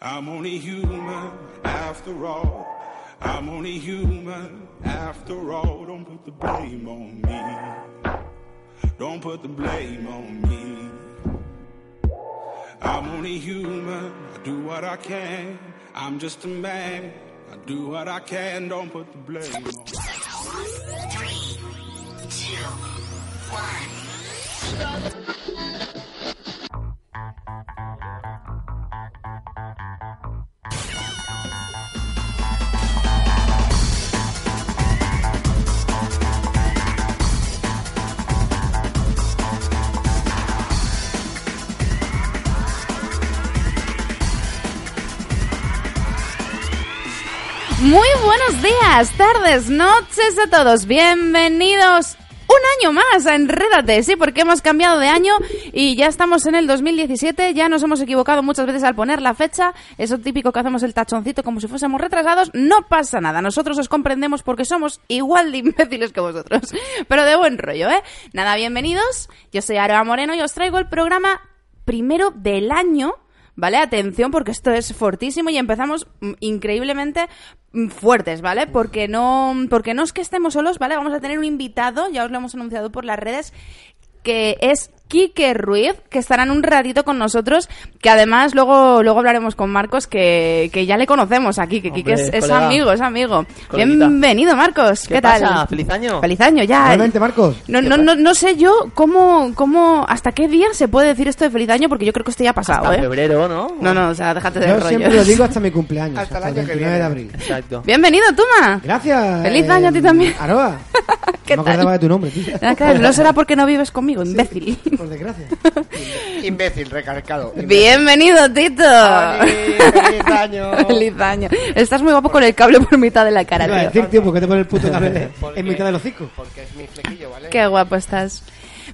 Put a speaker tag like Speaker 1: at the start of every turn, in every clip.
Speaker 1: I'm only human after all. I'm only human after all. Don't put the blame on me. Don't put the blame on me. I'm only human. I do what I can. I'm just a man. I do what I can. Don't put the blame on me.
Speaker 2: Three, two, one.
Speaker 3: Muy buenos días, tardes, noches a todos. Bienvenidos un año más a Enrédate, sí, porque hemos cambiado de año y ya estamos en el 2017. Ya nos hemos equivocado muchas veces al poner la fecha. Eso típico que hacemos el tachoncito como si fuésemos retrasados. No pasa nada, nosotros os comprendemos porque somos igual de imbéciles que vosotros. Pero de buen rollo, ¿eh? Nada, bienvenidos. Yo soy Aroa Moreno y os traigo el programa primero del año. ¿vale? Atención porque esto es fortísimo y empezamos mm, increíblemente mm, fuertes, ¿vale? Porque no, porque no es que estemos solos, ¿vale? Vamos a tener un invitado, ya os lo hemos anunciado por las redes, que es Quique Ruiz, que estarán un ratito con nosotros, que además luego, luego hablaremos con Marcos, que, que ya le conocemos aquí, que Quique es,
Speaker 4: Hombre,
Speaker 3: es
Speaker 4: colega.
Speaker 3: amigo, es amigo.
Speaker 4: Coleguita.
Speaker 3: Bienvenido, Marcos, ¿qué,
Speaker 4: ¿Qué
Speaker 3: tal?
Speaker 4: pasa? ¡Feliz año!
Speaker 3: Feliz año ya.
Speaker 5: Realmente, Marcos.
Speaker 3: No, no, no, no sé yo cómo, cómo, hasta qué día se puede decir esto de feliz año, porque yo creo que esto ya ha pasado,
Speaker 4: Hasta
Speaker 3: ¿eh?
Speaker 4: febrero, ¿no?
Speaker 3: No, no, o sea, déjate de
Speaker 5: Yo
Speaker 3: rollos.
Speaker 5: siempre lo digo hasta mi cumpleaños.
Speaker 6: Hasta
Speaker 5: Hasta,
Speaker 6: el
Speaker 5: el
Speaker 6: año que
Speaker 5: 29 de
Speaker 6: viene.
Speaker 5: abril.
Speaker 4: Exacto.
Speaker 3: Bienvenido, Tuma.
Speaker 5: Gracias. eh,
Speaker 3: Feliz año a ti también.
Speaker 5: Aroa.
Speaker 3: ¿Qué
Speaker 5: no
Speaker 3: tal?
Speaker 5: me acordaba de tu nombre, tío.
Speaker 3: Ah, claro, no será porque no vives conmigo, imbécil.
Speaker 5: Por desgracia.
Speaker 6: Imbécil, recalcado.
Speaker 3: Bienvenido, Tito.
Speaker 6: Oli, feliz año.
Speaker 3: Feliz año. Estás muy guapo con el cable por mitad de la
Speaker 5: Te iba a
Speaker 3: cara, tío.
Speaker 5: decir, tío, ¿por qué te pones el puto café
Speaker 6: Porque-
Speaker 5: en mitad de los cinco?
Speaker 6: Porque es mi flequillo, ¿vale?
Speaker 3: Qué guapo estás.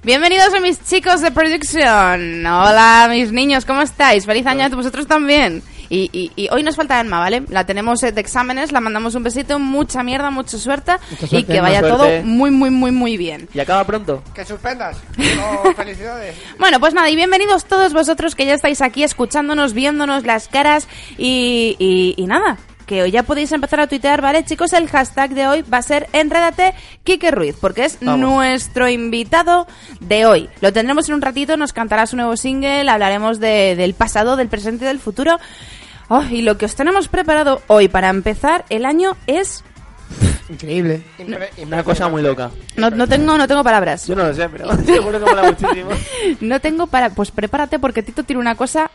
Speaker 3: Bienvenidos a mis chicos de producción. Hola, mis niños, ¿cómo estáis? Feliz año a vosotros también. Y, y- y hoy nos falta Alma, ¿vale? La tenemos eh, de exámenes, la mandamos un besito, mucha mierda, mucha suerte,
Speaker 5: Mucha
Speaker 3: y
Speaker 5: suerte,
Speaker 3: que
Speaker 5: Alma.
Speaker 3: vaya
Speaker 4: Suerte.
Speaker 3: todo muy, muy, muy, muy bien.
Speaker 4: Y acaba pronto.
Speaker 6: Que suspendas. Oh, felicidades.
Speaker 3: Bueno, pues nada, y bienvenidos todos vosotros que ya estáis aquí escuchándonos, viéndonos las caras y, y- y nada, que hoy ya podéis empezar a tuitear, ¿vale? Chicos, el hashtag de hoy va a ser Enrédate Quique Ruiz, porque es
Speaker 4: Vamos.
Speaker 3: nuestro invitado de hoy. Lo tendremos en un ratito, nos cantará su nuevo single, hablaremos de- del pasado, del presente y del futuro. Oh, y lo que os tenemos preparado hoy para empezar el año es...
Speaker 5: Increíble.
Speaker 6: Impre-
Speaker 4: Una cosa muy loca.
Speaker 3: No, no tengo, no tengo palabras.
Speaker 4: Yo no lo sé, pero seguro que mola muchísimo.
Speaker 3: No tengo para... Pues prepárate porque Tito tiene una cosa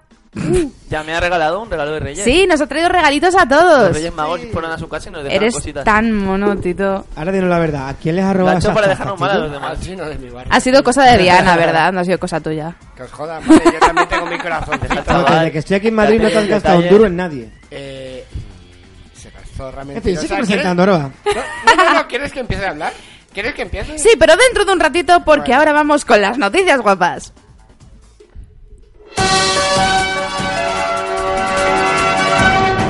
Speaker 4: Ya me ha regalado un regalo de Reyes.
Speaker 3: Sí, nos ha traído regalitos a
Speaker 4: Los
Speaker 3: todos.
Speaker 4: Reyes Magos fueron a su casa y nos dejaron
Speaker 3: Eres
Speaker 4: cositas.
Speaker 3: tan mono, Tito.
Speaker 5: Ahora dinos la verdad. ¿A quién les ha
Speaker 4: Lo
Speaker 5: robado
Speaker 4: ha hecho
Speaker 5: esas
Speaker 4: para
Speaker 5: tazas,
Speaker 4: dejarnos
Speaker 5: tío?
Speaker 4: mal a los demás.
Speaker 6: Así no de mi barrio.
Speaker 3: Ha sido cosa de Diana, ¿verdad? No ha sido cosa tuya.
Speaker 6: Que os jodan, vale, yo también tengo mi corazón.
Speaker 5: Vamos,
Speaker 4: Chaval,
Speaker 5: desde que estoy aquí en Madrid
Speaker 4: ya te
Speaker 5: no te has
Speaker 4: digo el
Speaker 5: gastado un
Speaker 4: detalle.
Speaker 5: duro en nadie.
Speaker 6: Eh, se gastó
Speaker 5: En
Speaker 6: realmente.
Speaker 5: fin, sigue presentando, Aroa.
Speaker 6: No, no, no, ¿quieres que empiece a hablar? ¿Quieres que empiece?
Speaker 3: Sí, pero dentro de un ratito, porque
Speaker 6: Bueno.
Speaker 3: ahora vamos con las noticias guapas.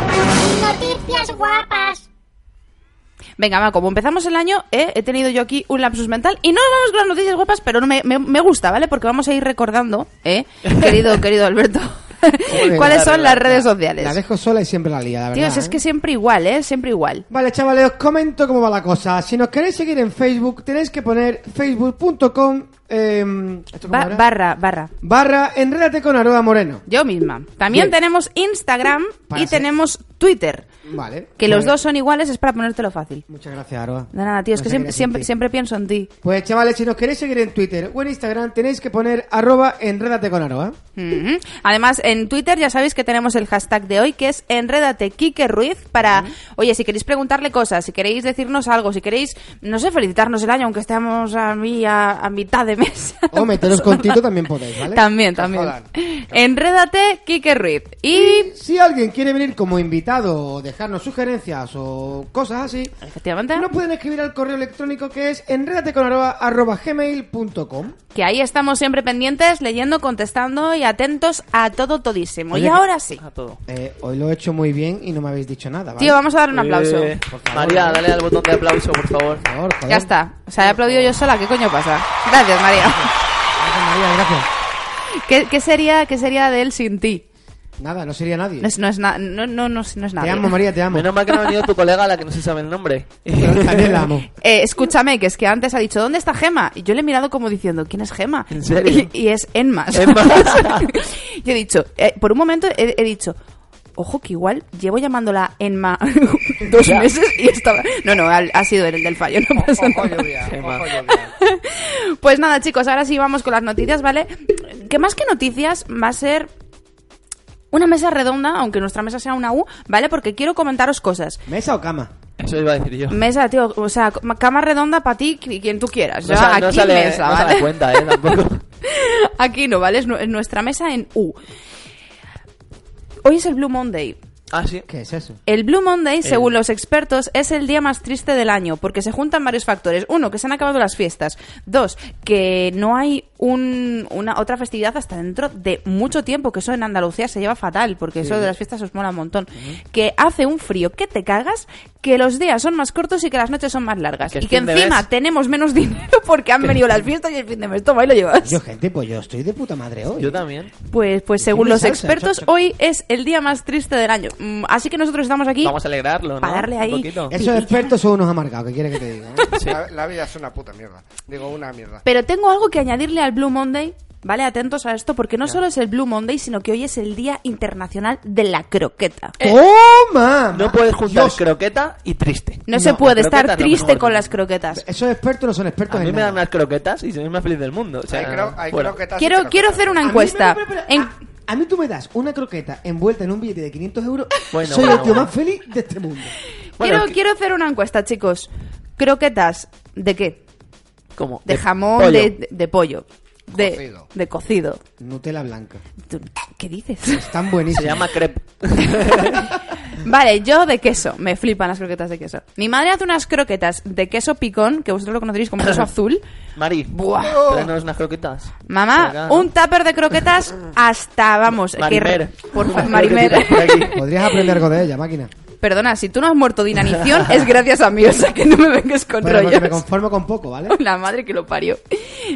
Speaker 2: Noticias guapas.
Speaker 3: Venga, va, como empezamos el año, eh, he tenido yo aquí un lapsus mental y no vamos con las noticias guapas, pero no me, me- me gusta, ¿vale? Porque vamos a ir recordando, ¿eh? Querido, querido Alberto.
Speaker 5: Joder.
Speaker 3: ¿Cuáles son las redes sociales?
Speaker 5: La dejo sola y siempre la lía, la verdad.
Speaker 3: Dios, es
Speaker 5: ¿eh?
Speaker 3: que siempre igual, ¿eh? Siempre igual.
Speaker 5: Vale, chavales, os comento cómo va la cosa. Si nos queréis seguir en Facebook, tenéis que poner facebook.com eh, ¿esto cómo
Speaker 3: Ba-
Speaker 5: era?
Speaker 3: barra, barra.
Speaker 5: barra enrédate con Aroa Moreno.
Speaker 3: Yo misma. También
Speaker 5: Bien.
Speaker 3: tenemos Instagram
Speaker 5: Para
Speaker 3: y
Speaker 5: ser.
Speaker 3: tenemos Twitter.
Speaker 5: Vale.
Speaker 3: Que los
Speaker 5: Pues,
Speaker 3: dos son iguales es para ponértelo fácil.
Speaker 5: Muchas gracias, Aroa.
Speaker 3: De nada, tío, es
Speaker 5: No
Speaker 3: que
Speaker 5: sé
Speaker 3: siempre,
Speaker 5: qué
Speaker 3: siempre,
Speaker 5: decirte.
Speaker 3: siempre pienso en ti.
Speaker 5: Pues chavales, si nos queréis seguir en Twitter o en Instagram, tenéis que poner arroba enrédate con Aroa.
Speaker 3: Ujú. Además, en Twitter ya sabéis que tenemos el hashtag de hoy, que es Enrédate Quique Ruiz, para, oye, si queréis preguntarle cosas, si queréis decirnos algo, si queréis, no sé, felicitarnos el año, aunque estemos a, mí, a, a mitad de mes.
Speaker 5: O meteros con Tito también podéis, ¿vale?
Speaker 3: También,
Speaker 6: Que
Speaker 3: también.
Speaker 6: jodan.
Speaker 3: Enrédate Quique Ruiz. Y,
Speaker 5: Si alguien quiere venir como invitado o dejarnos sugerencias o cosas así,
Speaker 3: efectivamente,
Speaker 5: nos pueden escribir al correo electrónico que es enredateconaroa.gmail.com
Speaker 3: que ahí estamos siempre pendientes, leyendo, contestando y atentos a todo todísimo. y
Speaker 5: Oye,
Speaker 3: ahora sí.
Speaker 4: A todo.
Speaker 5: Eh, hoy lo he hecho muy bien y no me habéis dicho nada, ¿vale?
Speaker 3: Tío, vamos a dar un aplauso.
Speaker 4: Eh, María, dale al botón de aplauso, por favor.
Speaker 5: Por favor, joder.
Speaker 3: Ya está. O sea, he aplaudido yo sola. ¿Qué coño pasa? Gracias, María.
Speaker 5: Gracias, María, gracias.
Speaker 3: ¿Qué, qué sería, ¿Qué sería de él sin ti?
Speaker 5: Nada, no sería nadie.
Speaker 3: No es, no es, na- no, no, no es, no es
Speaker 5: te
Speaker 3: nadie.
Speaker 5: amo, María, te amo.
Speaker 4: Menos mal que no ha venido tu colega, la que no se sabe el nombre.
Speaker 5: Pero También la amo.
Speaker 3: Eh, escúchame, que es que antes ha dicho, ¿dónde está Gema? Y yo le he mirado como diciendo, ¿quién es Gema?
Speaker 4: ¿En serio?
Speaker 3: Y, y es Enma.
Speaker 4: Enma.
Speaker 3: y he dicho, eh, por un momento he, he dicho, ojo que igual llevo llamándola Enma dos meses y estaba... No, no, al- ha, sido él el del fallo, no pasa
Speaker 6: Ojo
Speaker 3: nada.
Speaker 6: lluvia,
Speaker 4: Gema.
Speaker 6: ojo lluvia.
Speaker 3: Pues nada, chicos, ahora sí vamos con las noticias, ¿vale? Que más que noticias va a ser una mesa redonda, aunque nuestra mesa sea una U, ¿vale? Porque quiero comentaros cosas.
Speaker 5: ¿Mesa o cama?
Speaker 4: Eso iba a decir yo.
Speaker 3: Mesa, tío, o sea, c- cama redonda para ti y quien tú quieras.
Speaker 4: No
Speaker 3: Ya,
Speaker 4: sa-
Speaker 3: aquí
Speaker 4: no sale,
Speaker 3: mesa,
Speaker 4: no
Speaker 3: ¿vale?
Speaker 4: sale cuenta, eh, tampoco.
Speaker 3: Aquí no, ¿vale? Es nu- es nuestra mesa en U. Hoy es el Blue Monday.
Speaker 4: Ah, sí.
Speaker 5: ¿Qué es eso?
Speaker 3: El Blue
Speaker 4: Eh.
Speaker 3: Monday, según los expertos, es el día más triste del año porque se juntan varios factores. Uno, que se han acabado las fiestas. Dos, que no hay un- una otra festividad hasta dentro de mucho tiempo, que eso en Andalucía se lleva fatal porque eso de las fiestas os mola un montón. Que hace un frío que te cagas, que los días son más cortos y que las noches son más largas.
Speaker 4: Que es
Speaker 3: y que
Speaker 4: fin de
Speaker 3: encima
Speaker 4: mes.
Speaker 3: tenemos menos dinero porque han venido las fiestas y el fin de mes. Toma, ahí lo llevas.
Speaker 5: Yo, gente, pues yo estoy de puta madre hoy.
Speaker 4: Yo también.
Speaker 3: Pues, pues según
Speaker 5: Tiene
Speaker 3: los
Speaker 5: salsa,
Speaker 3: expertos,
Speaker 5: chacho.
Speaker 3: hoy es el día más triste del año. Mm, Así que nosotros estamos aquí.
Speaker 4: Vamos a alegrarlo, ¿no?
Speaker 3: Para darle ahí.
Speaker 4: Un poquito.
Speaker 5: Esos expertos son unos amargados, ¿qué quiere que te diga? eh?
Speaker 6: La, la vida es una puta mierda. Digo, una mierda.
Speaker 3: Pero tengo algo que añadirle al Blue Monday, ¿vale? Atentos a esto, porque no solo es el Blue Monday, sino que hoy es el Día Internacional de la Croqueta.
Speaker 5: ¡Toma!
Speaker 4: No puedes juntar croqueta y triste.
Speaker 3: No, se
Speaker 5: no,
Speaker 3: puede
Speaker 4: la croqueta
Speaker 3: estar
Speaker 4: es lo
Speaker 3: triste
Speaker 4: mejor.
Speaker 3: con las croquetas.
Speaker 5: Esos expertos no son expertos
Speaker 4: A mí
Speaker 5: en
Speaker 4: me
Speaker 5: nada.
Speaker 4: dan las croquetas y soy el más feliz del mundo. O sea,
Speaker 6: Ahí creo, ahí
Speaker 4: bueno.
Speaker 6: creo que te has
Speaker 3: Quiero,
Speaker 6: hecho
Speaker 3: quiero
Speaker 6: la
Speaker 3: hacer una
Speaker 5: A mí-
Speaker 3: encuesta.
Speaker 5: pero, pero, pero,
Speaker 3: En-
Speaker 5: A, a mí tú me das una croqueta envuelta en un billete de 500 euros.
Speaker 4: Bueno,
Speaker 5: soy
Speaker 4: bueno,
Speaker 5: el tío
Speaker 4: bueno.
Speaker 5: más feliz de este mundo.
Speaker 4: Bueno,
Speaker 3: quiero,
Speaker 4: que-
Speaker 3: quiero hacer una encuesta, chicos. ¿Croquetas de qué?
Speaker 4: ¿Cómo?
Speaker 3: De, jamón,
Speaker 4: pollo.
Speaker 3: De, de pollo. De
Speaker 6: Cocido.
Speaker 3: de cocido.
Speaker 5: Nutella blanca.
Speaker 3: Tú- ¿Qué dices?
Speaker 5: Están buenísimos.
Speaker 4: Se llama crepe.
Speaker 3: Vale, yo de queso. Me flipan las croquetas de queso. Mi madre hace unas croquetas de queso picón, que vosotros lo conoceréis como queso azul.
Speaker 4: Mari,
Speaker 3: Buah.
Speaker 4: tráenos unas croquetas.
Speaker 3: Mamá,
Speaker 4: Venga, ¿no?
Speaker 3: un tupper de croquetas hasta, vamos, que-
Speaker 4: Marimer.
Speaker 3: por fa-
Speaker 4: Unas
Speaker 3: Marimer.
Speaker 4: croquetas por aquí.
Speaker 5: Podrías aprender algo de ella, máquina.
Speaker 3: Perdona, si tú no has muerto de inanición, es gracias a mí, o sea que no me vengas con
Speaker 5: Pero porque
Speaker 3: rollos.
Speaker 5: pues me conformo con poco, ¿vale?
Speaker 3: La madre que lo parió.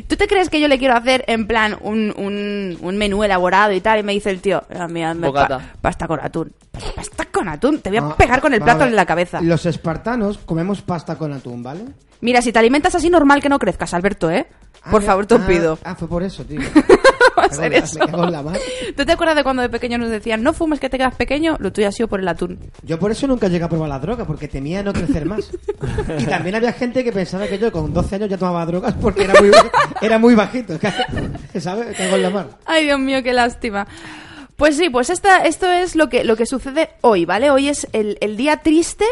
Speaker 3: ¿Tú te crees que yo le quiero hacer en plan un, un, un menú elaborado y tal? Y me dice el tío, "Ah, mira, hazme pa-
Speaker 4: Bocata.
Speaker 3: pasta con atún. Pasta con atún, te voy a
Speaker 5: No,
Speaker 3: pegar con el
Speaker 5: vamos a
Speaker 3: plato
Speaker 5: ver.
Speaker 3: en la cabeza.
Speaker 5: Los espartanos comemos pasta con atún, ¿vale?
Speaker 3: Mira, si te alimentas así, normal que no crezcas, Alberto, ¿eh?
Speaker 5: Ah,
Speaker 3: Por
Speaker 5: ya-
Speaker 3: favor, te
Speaker 5: ah,
Speaker 3: pido.
Speaker 5: Ah, fue por eso, tío.
Speaker 3: Va a ser
Speaker 5: Me
Speaker 3: eso.
Speaker 5: cago en la mar.
Speaker 3: ¿Tú te acuerdas de cuando de pequeño nos decían, no fumes que te quedas pequeño? Lo tuyo ha sido por el atún.
Speaker 5: Yo por eso nunca llegué a probar la droga, porque temía no crecer más. Y también había gente que pensaba que yo con 12 años ya tomaba drogas porque era muy, era muy bajito. ¿Sabes? Me Cago en la mar.
Speaker 3: Ay, Dios mío, qué lástima. Pues sí, pues esta, esto es lo que, lo que sucede hoy, ¿vale? Hoy es el, el día triste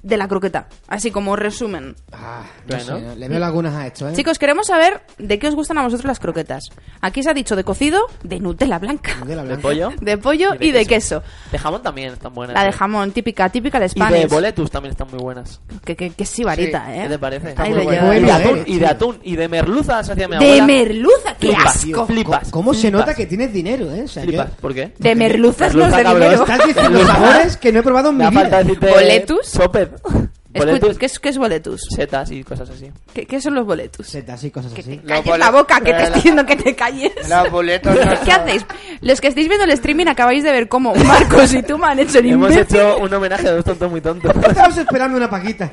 Speaker 3: de la croqueta, así como resumen.
Speaker 5: Ah, no
Speaker 4: Bueno.
Speaker 5: sé, no- le veo lagunas a esto, ¿eh?
Speaker 3: Chicos, queremos saber de qué os gustan a vosotros las croquetas. Aquí se ha dicho de cocido, de Nutella blanca,
Speaker 5: De la
Speaker 4: ¿De
Speaker 5: blanca.
Speaker 4: pollo?
Speaker 3: de pollo y de queso.
Speaker 4: De jamón también están buenas.
Speaker 3: La de
Speaker 4: ¿eh?
Speaker 3: jamón, típica, típica de
Speaker 4: Y de
Speaker 3: Spanish.
Speaker 4: boletus también están muy buenas.
Speaker 3: Que, que, que sibarita,
Speaker 6: Sí,
Speaker 3: ¿eh?
Speaker 4: ¿Qué te parece?
Speaker 3: Ahí
Speaker 6: muy
Speaker 3: lo
Speaker 6: buena.
Speaker 3: llevas.
Speaker 4: Y
Speaker 5: Bueno,
Speaker 4: de
Speaker 5: a ver,
Speaker 4: atún, y de
Speaker 5: tío.
Speaker 4: atún, y de merluzas hacia ¿eh? mi abuela.
Speaker 3: ¿eh? De merluza, qué
Speaker 4: Flipas,
Speaker 3: asco.
Speaker 4: tío. Flipas.
Speaker 5: ¿Cómo se nota
Speaker 4: Flipas.
Speaker 5: que tienes dinero, eh? O sea, yo-
Speaker 4: Flipas. ¿Por qué?
Speaker 3: De merluzas no es de
Speaker 4: Merluza, cabrón.
Speaker 3: dinero.
Speaker 5: Estás diciendo sabores que no he probado en
Speaker 4: Me
Speaker 5: mi
Speaker 4: da falta
Speaker 5: vida.
Speaker 4: decirte...
Speaker 3: ¿Boletus?
Speaker 4: Soped.
Speaker 3: Escu-
Speaker 4: Boletus.
Speaker 3: ¿Qué es, qué es boletus?
Speaker 4: Setas y cosas así.
Speaker 3: ¿Qué, qué son los boletus?
Speaker 5: setas y cosas así.
Speaker 6: Los
Speaker 3: Cállate la
Speaker 6: bolet-
Speaker 3: boca, que te
Speaker 6: eh,
Speaker 3: estoy diciendo que te calles.
Speaker 6: Los boletos no
Speaker 3: ¿Qué
Speaker 6: son-
Speaker 3: hacéis? Los que estáis viendo el streaming acabáis de ver cómo Marcos y tú me han hecho el
Speaker 4: Hemos
Speaker 3: imbécil.
Speaker 4: hecho un homenaje a dos tontos muy tontos.
Speaker 5: Estamos esperando una paquita.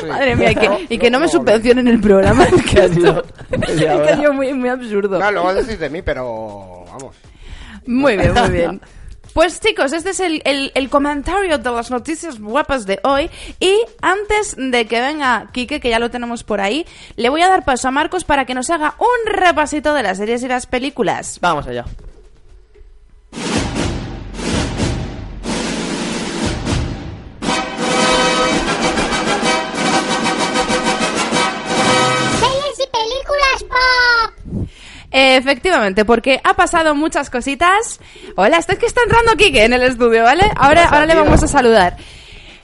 Speaker 6: Sí.
Speaker 3: Madre mía, y que, y que no me
Speaker 6: No,
Speaker 3: subvencionen el programa. es que
Speaker 4: Que ha sido-
Speaker 3: esto-
Speaker 4: que
Speaker 3: es
Speaker 4: sí,
Speaker 3: que
Speaker 4: ahora.
Speaker 3: ha sido muy, muy absurdo.
Speaker 6: No, luego decís de mí, pero vamos.
Speaker 3: Muy bien, muy bien. Pues chicos, este es el, el- el comentario de las noticias guapas de hoy. Y antes de que venga Quique, que ya lo tenemos por ahí, le voy a dar paso a Marcos para que nos haga un repasito de las series y las películas.
Speaker 4: Vamos allá.
Speaker 2: Series y películas pop.
Speaker 3: Eh, Efectivamente, porque ha pasado muchas cositas. Hola, esto es que está entrando Quique en el estudio, ¿vale? Ahora, ahora le vamos a saludar.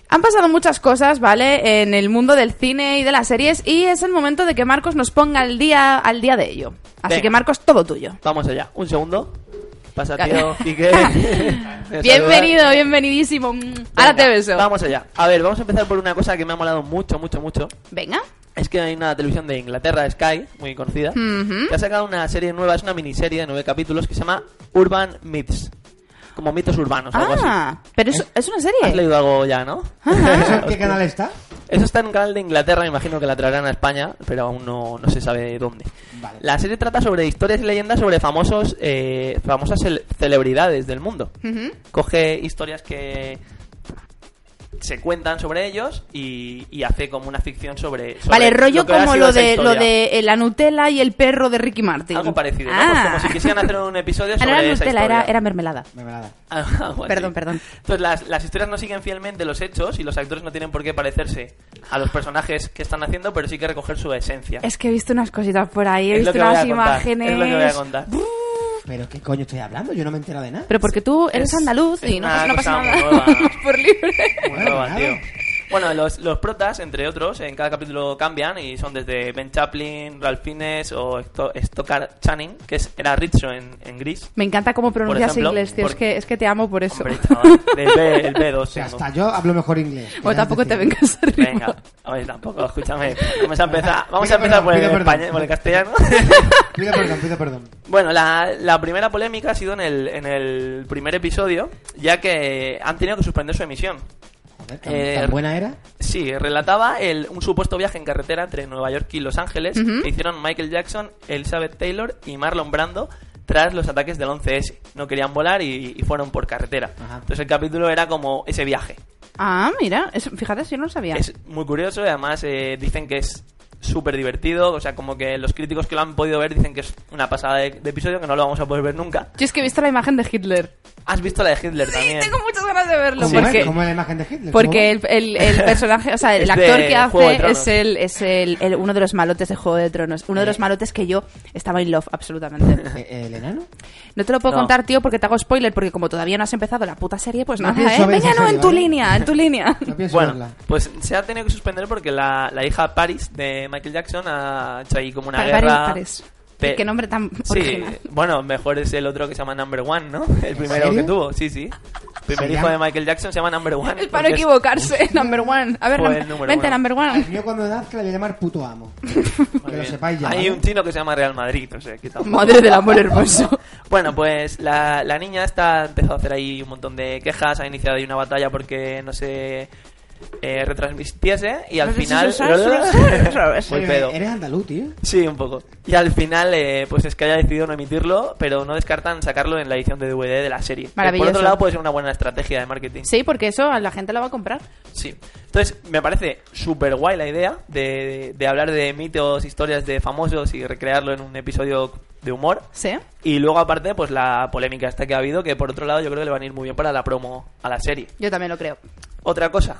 Speaker 3: Han pasado muchas cosas, ¿vale? En el mundo del cine y de las series y es el momento de que Marcos nos ponga al día, al día de ello. Así
Speaker 4: Venga.
Speaker 3: que Marcos, todo tuyo.
Speaker 4: Vamos allá. Un segundo. Pasa,
Speaker 3: Claro.
Speaker 4: tío. Quique. Me
Speaker 3: Bienvenido,
Speaker 4: saluda.
Speaker 3: bienvenidísimo. Mm, Ahora
Speaker 4: Venga,
Speaker 3: te beso.
Speaker 4: Vamos allá. A ver, vamos a empezar por una cosa que me ha molado mucho, mucho, mucho.
Speaker 3: Venga.
Speaker 4: Es que hay una televisión de Inglaterra, Sky, muy conocida,
Speaker 3: Ujú.
Speaker 4: que ha sacado una serie nueva, es una miniserie de nueve capítulos que se llama Urban Myths. Como mitos urbanos, algo así.
Speaker 3: Ah, pero es, es una
Speaker 4: Has
Speaker 3: serie.
Speaker 4: leído algo ya, ¿no?
Speaker 5: ¿Eso en ¿Qué canal está?
Speaker 4: Eso está en un canal de Inglaterra, me imagino que la traerán a España, pero aún no, no se sabe dónde.
Speaker 5: Vale.
Speaker 4: La serie trata sobre historias y leyendas sobre famosos, eh, famosas cel- celebridades del mundo.
Speaker 3: Ujú.
Speaker 4: Coge historias que se cuentan sobre ellos y, y hace como una ficción sobre... sobre
Speaker 3: Vale, rollo
Speaker 4: que ha
Speaker 3: como
Speaker 4: sido
Speaker 3: lo
Speaker 4: esa
Speaker 3: de, lo
Speaker 4: historia.
Speaker 3: de eh, la Nutella y el perro de Ricky Martin.
Speaker 4: Algo parecido, ¿no? Pues
Speaker 3: Ah.
Speaker 4: como si quisieran hacer un episodio
Speaker 3: Ah,
Speaker 4: sobre
Speaker 3: no era
Speaker 4: esa
Speaker 3: Nutella,
Speaker 4: historia.
Speaker 3: era, era mermelada.
Speaker 5: Mermelada.
Speaker 4: Ah, Algo así.
Speaker 3: Perdón, perdón.
Speaker 4: Entonces, las, las historias no siguen fielmente los hechos y los actores no tienen por qué parecerse a los personajes que están haciendo, pero sí que recoger su esencia.
Speaker 3: Es que he visto unas cositas por ahí, he
Speaker 4: Es
Speaker 3: visto
Speaker 4: lo que voy a
Speaker 3: unas
Speaker 4: contar,
Speaker 3: imágenes.
Speaker 4: es lo que voy a contar.
Speaker 5: ¿Pero qué coño estoy hablando? Yo no me he enterado de nada.
Speaker 3: Pero porque tú eres
Speaker 4: Es-
Speaker 3: andaluz
Speaker 4: es
Speaker 3: y no,
Speaker 4: una
Speaker 3: pasa- no pasa
Speaker 4: cosa
Speaker 3: nada.
Speaker 4: muy nueva.
Speaker 3: Vamos por libre.
Speaker 4: Muy
Speaker 5: Bueno,
Speaker 4: nueva,
Speaker 5: nada.
Speaker 4: tío. Bueno, los, los protas, entre otros, en cada capítulo cambian y son desde Ben Chaplin, Ralph Fiennes o Sto- Stockard Channing, que es- era Richo en, en Gris.
Speaker 3: Me encanta cómo pronuncias
Speaker 4: ejemplo,
Speaker 3: inglés, tío. Es,
Speaker 4: por-
Speaker 3: que, es que te amo por eso.
Speaker 4: Hombre, chaval, del B, el B2.
Speaker 5: O sea,
Speaker 4: tengo.
Speaker 5: hasta yo hablo mejor inglés.
Speaker 3: o tampoco te
Speaker 5: vengas
Speaker 3: vengas arriba.
Speaker 4: Venga, oye, tampoco, escúchame. Vamos a empezar, vamos a
Speaker 5: Pido
Speaker 4: empezar
Speaker 5: perdón,
Speaker 4: por, el
Speaker 5: pido perdón.
Speaker 4: español, por el castellano.
Speaker 5: Pido perdón, pido perdón.
Speaker 4: bueno, la, la primera polémica ha sido en el, en el primer episodio, ya que han tenido que suspender su emisión.
Speaker 5: Joder, ¿tan,
Speaker 4: Eh,
Speaker 5: tan buena era?
Speaker 4: Sí, relataba el, un supuesto viaje en carretera entre Nueva York y Los Ángeles que hicieron Michael Jackson, Elizabeth Taylor y Marlon Brando tras los ataques del 11S. No querían volar y, y fueron por carretera.
Speaker 5: Ajá.
Speaker 4: Entonces el capítulo era como ese viaje.
Speaker 3: Ah, mira, eso- fíjate, yo no lo sabía.
Speaker 4: Es muy curioso y además eh, dicen que es súper divertido. O sea, como que los críticos que lo han podido ver dicen que es una pasada de, de episodio que no lo vamos a poder ver nunca.
Speaker 3: Yo es que he visto la imagen de Hitler.
Speaker 4: ¿Has visto la de Hitler
Speaker 3: Sí,
Speaker 4: también?
Speaker 3: tengo muchas ganas de verlo.
Speaker 5: ¿Cómo,
Speaker 3: porque
Speaker 5: es? ¿Cómo es la imagen de Hitler?
Speaker 3: porque el,
Speaker 5: ¿Cómo
Speaker 3: el- el personaje, o sea, el
Speaker 4: Es
Speaker 3: actor
Speaker 4: de
Speaker 3: que
Speaker 4: Juego de
Speaker 3: hace
Speaker 4: Tronos.
Speaker 3: es, el, es el, el- uno de los malotes de Juego de Tronos. Uno de los malotes que yo estaba in love, absolutamente.
Speaker 5: va? ¿E- ¿El enano?
Speaker 3: No te lo puedo
Speaker 4: No.
Speaker 3: contar, tío, porque te hago spoiler, porque como todavía no has empezado la puta serie, pues
Speaker 5: No
Speaker 3: nada,
Speaker 5: pienso
Speaker 3: ¿eh?
Speaker 5: ver esa
Speaker 3: Venga, no,
Speaker 5: serie,
Speaker 3: en tu
Speaker 5: ¿vale?
Speaker 3: línea, en tu línea.
Speaker 5: No pienso
Speaker 4: Bueno,
Speaker 5: verla.
Speaker 4: pues se ha tenido que suspender porque la, la hija Paris de Michael Jackson ha hecho ahí como una
Speaker 3: Pa- Paris,
Speaker 4: guerra.
Speaker 3: Paris.
Speaker 4: Pe-
Speaker 3: Qué nombre tan
Speaker 4: Sí,
Speaker 3: original.
Speaker 4: bueno, mejor es el otro que se llama Number One, ¿no? El primero
Speaker 5: serio?
Speaker 4: que tuvo, sí, sí. El primer
Speaker 5: Se
Speaker 4: hijo
Speaker 5: llama-
Speaker 4: de Michael Jackson se llama Number One.
Speaker 3: Es para no
Speaker 4: porque es-
Speaker 3: equivocarse, number one. A ver,
Speaker 4: Fue
Speaker 3: num-
Speaker 4: el número
Speaker 3: vente,
Speaker 4: uno.
Speaker 3: number
Speaker 5: El
Speaker 3: one.
Speaker 5: mío cuando nazca le voy a llamar puto amo.
Speaker 4: Muy
Speaker 5: que lo
Speaker 4: bien.
Speaker 5: sepáis ya.
Speaker 4: Hay
Speaker 5: ¿vale?
Speaker 4: un chino que se llama Real Madrid, no sé, qué tal.
Speaker 3: Madre del amor hermoso.
Speaker 4: Bueno, pues la, la niña está ha empezado a hacer ahí un montón de quejas, ha iniciado ahí una batalla porque no se eh, retransmitiese y al
Speaker 3: No sé si
Speaker 4: final...
Speaker 3: se sabe,
Speaker 4: Muy
Speaker 5: Oye,
Speaker 4: pedo.
Speaker 5: Eres andaluz, tío.
Speaker 4: Sí, un poco. Y al final, eh, pues es que haya decidido no emitirlo, pero no descartan sacarlo en la edición de DVD de la serie. Que Por
Speaker 3: Maravilloso.
Speaker 4: otro lado, puede ser una buena estrategia de marketing.
Speaker 3: Sí, porque eso a la gente la va a comprar.
Speaker 4: Sí. Entonces, me parece súper guay la idea de, de hablar de mitos, historias de famosos y recrearlo en un episodio de humor.
Speaker 3: Sí.
Speaker 4: Y luego, aparte, pues la polémica esta que ha habido, que por otro lado yo creo que le van a ir muy bien para la promo a la serie.
Speaker 3: Yo también lo creo. Otra
Speaker 4: Otra cosa,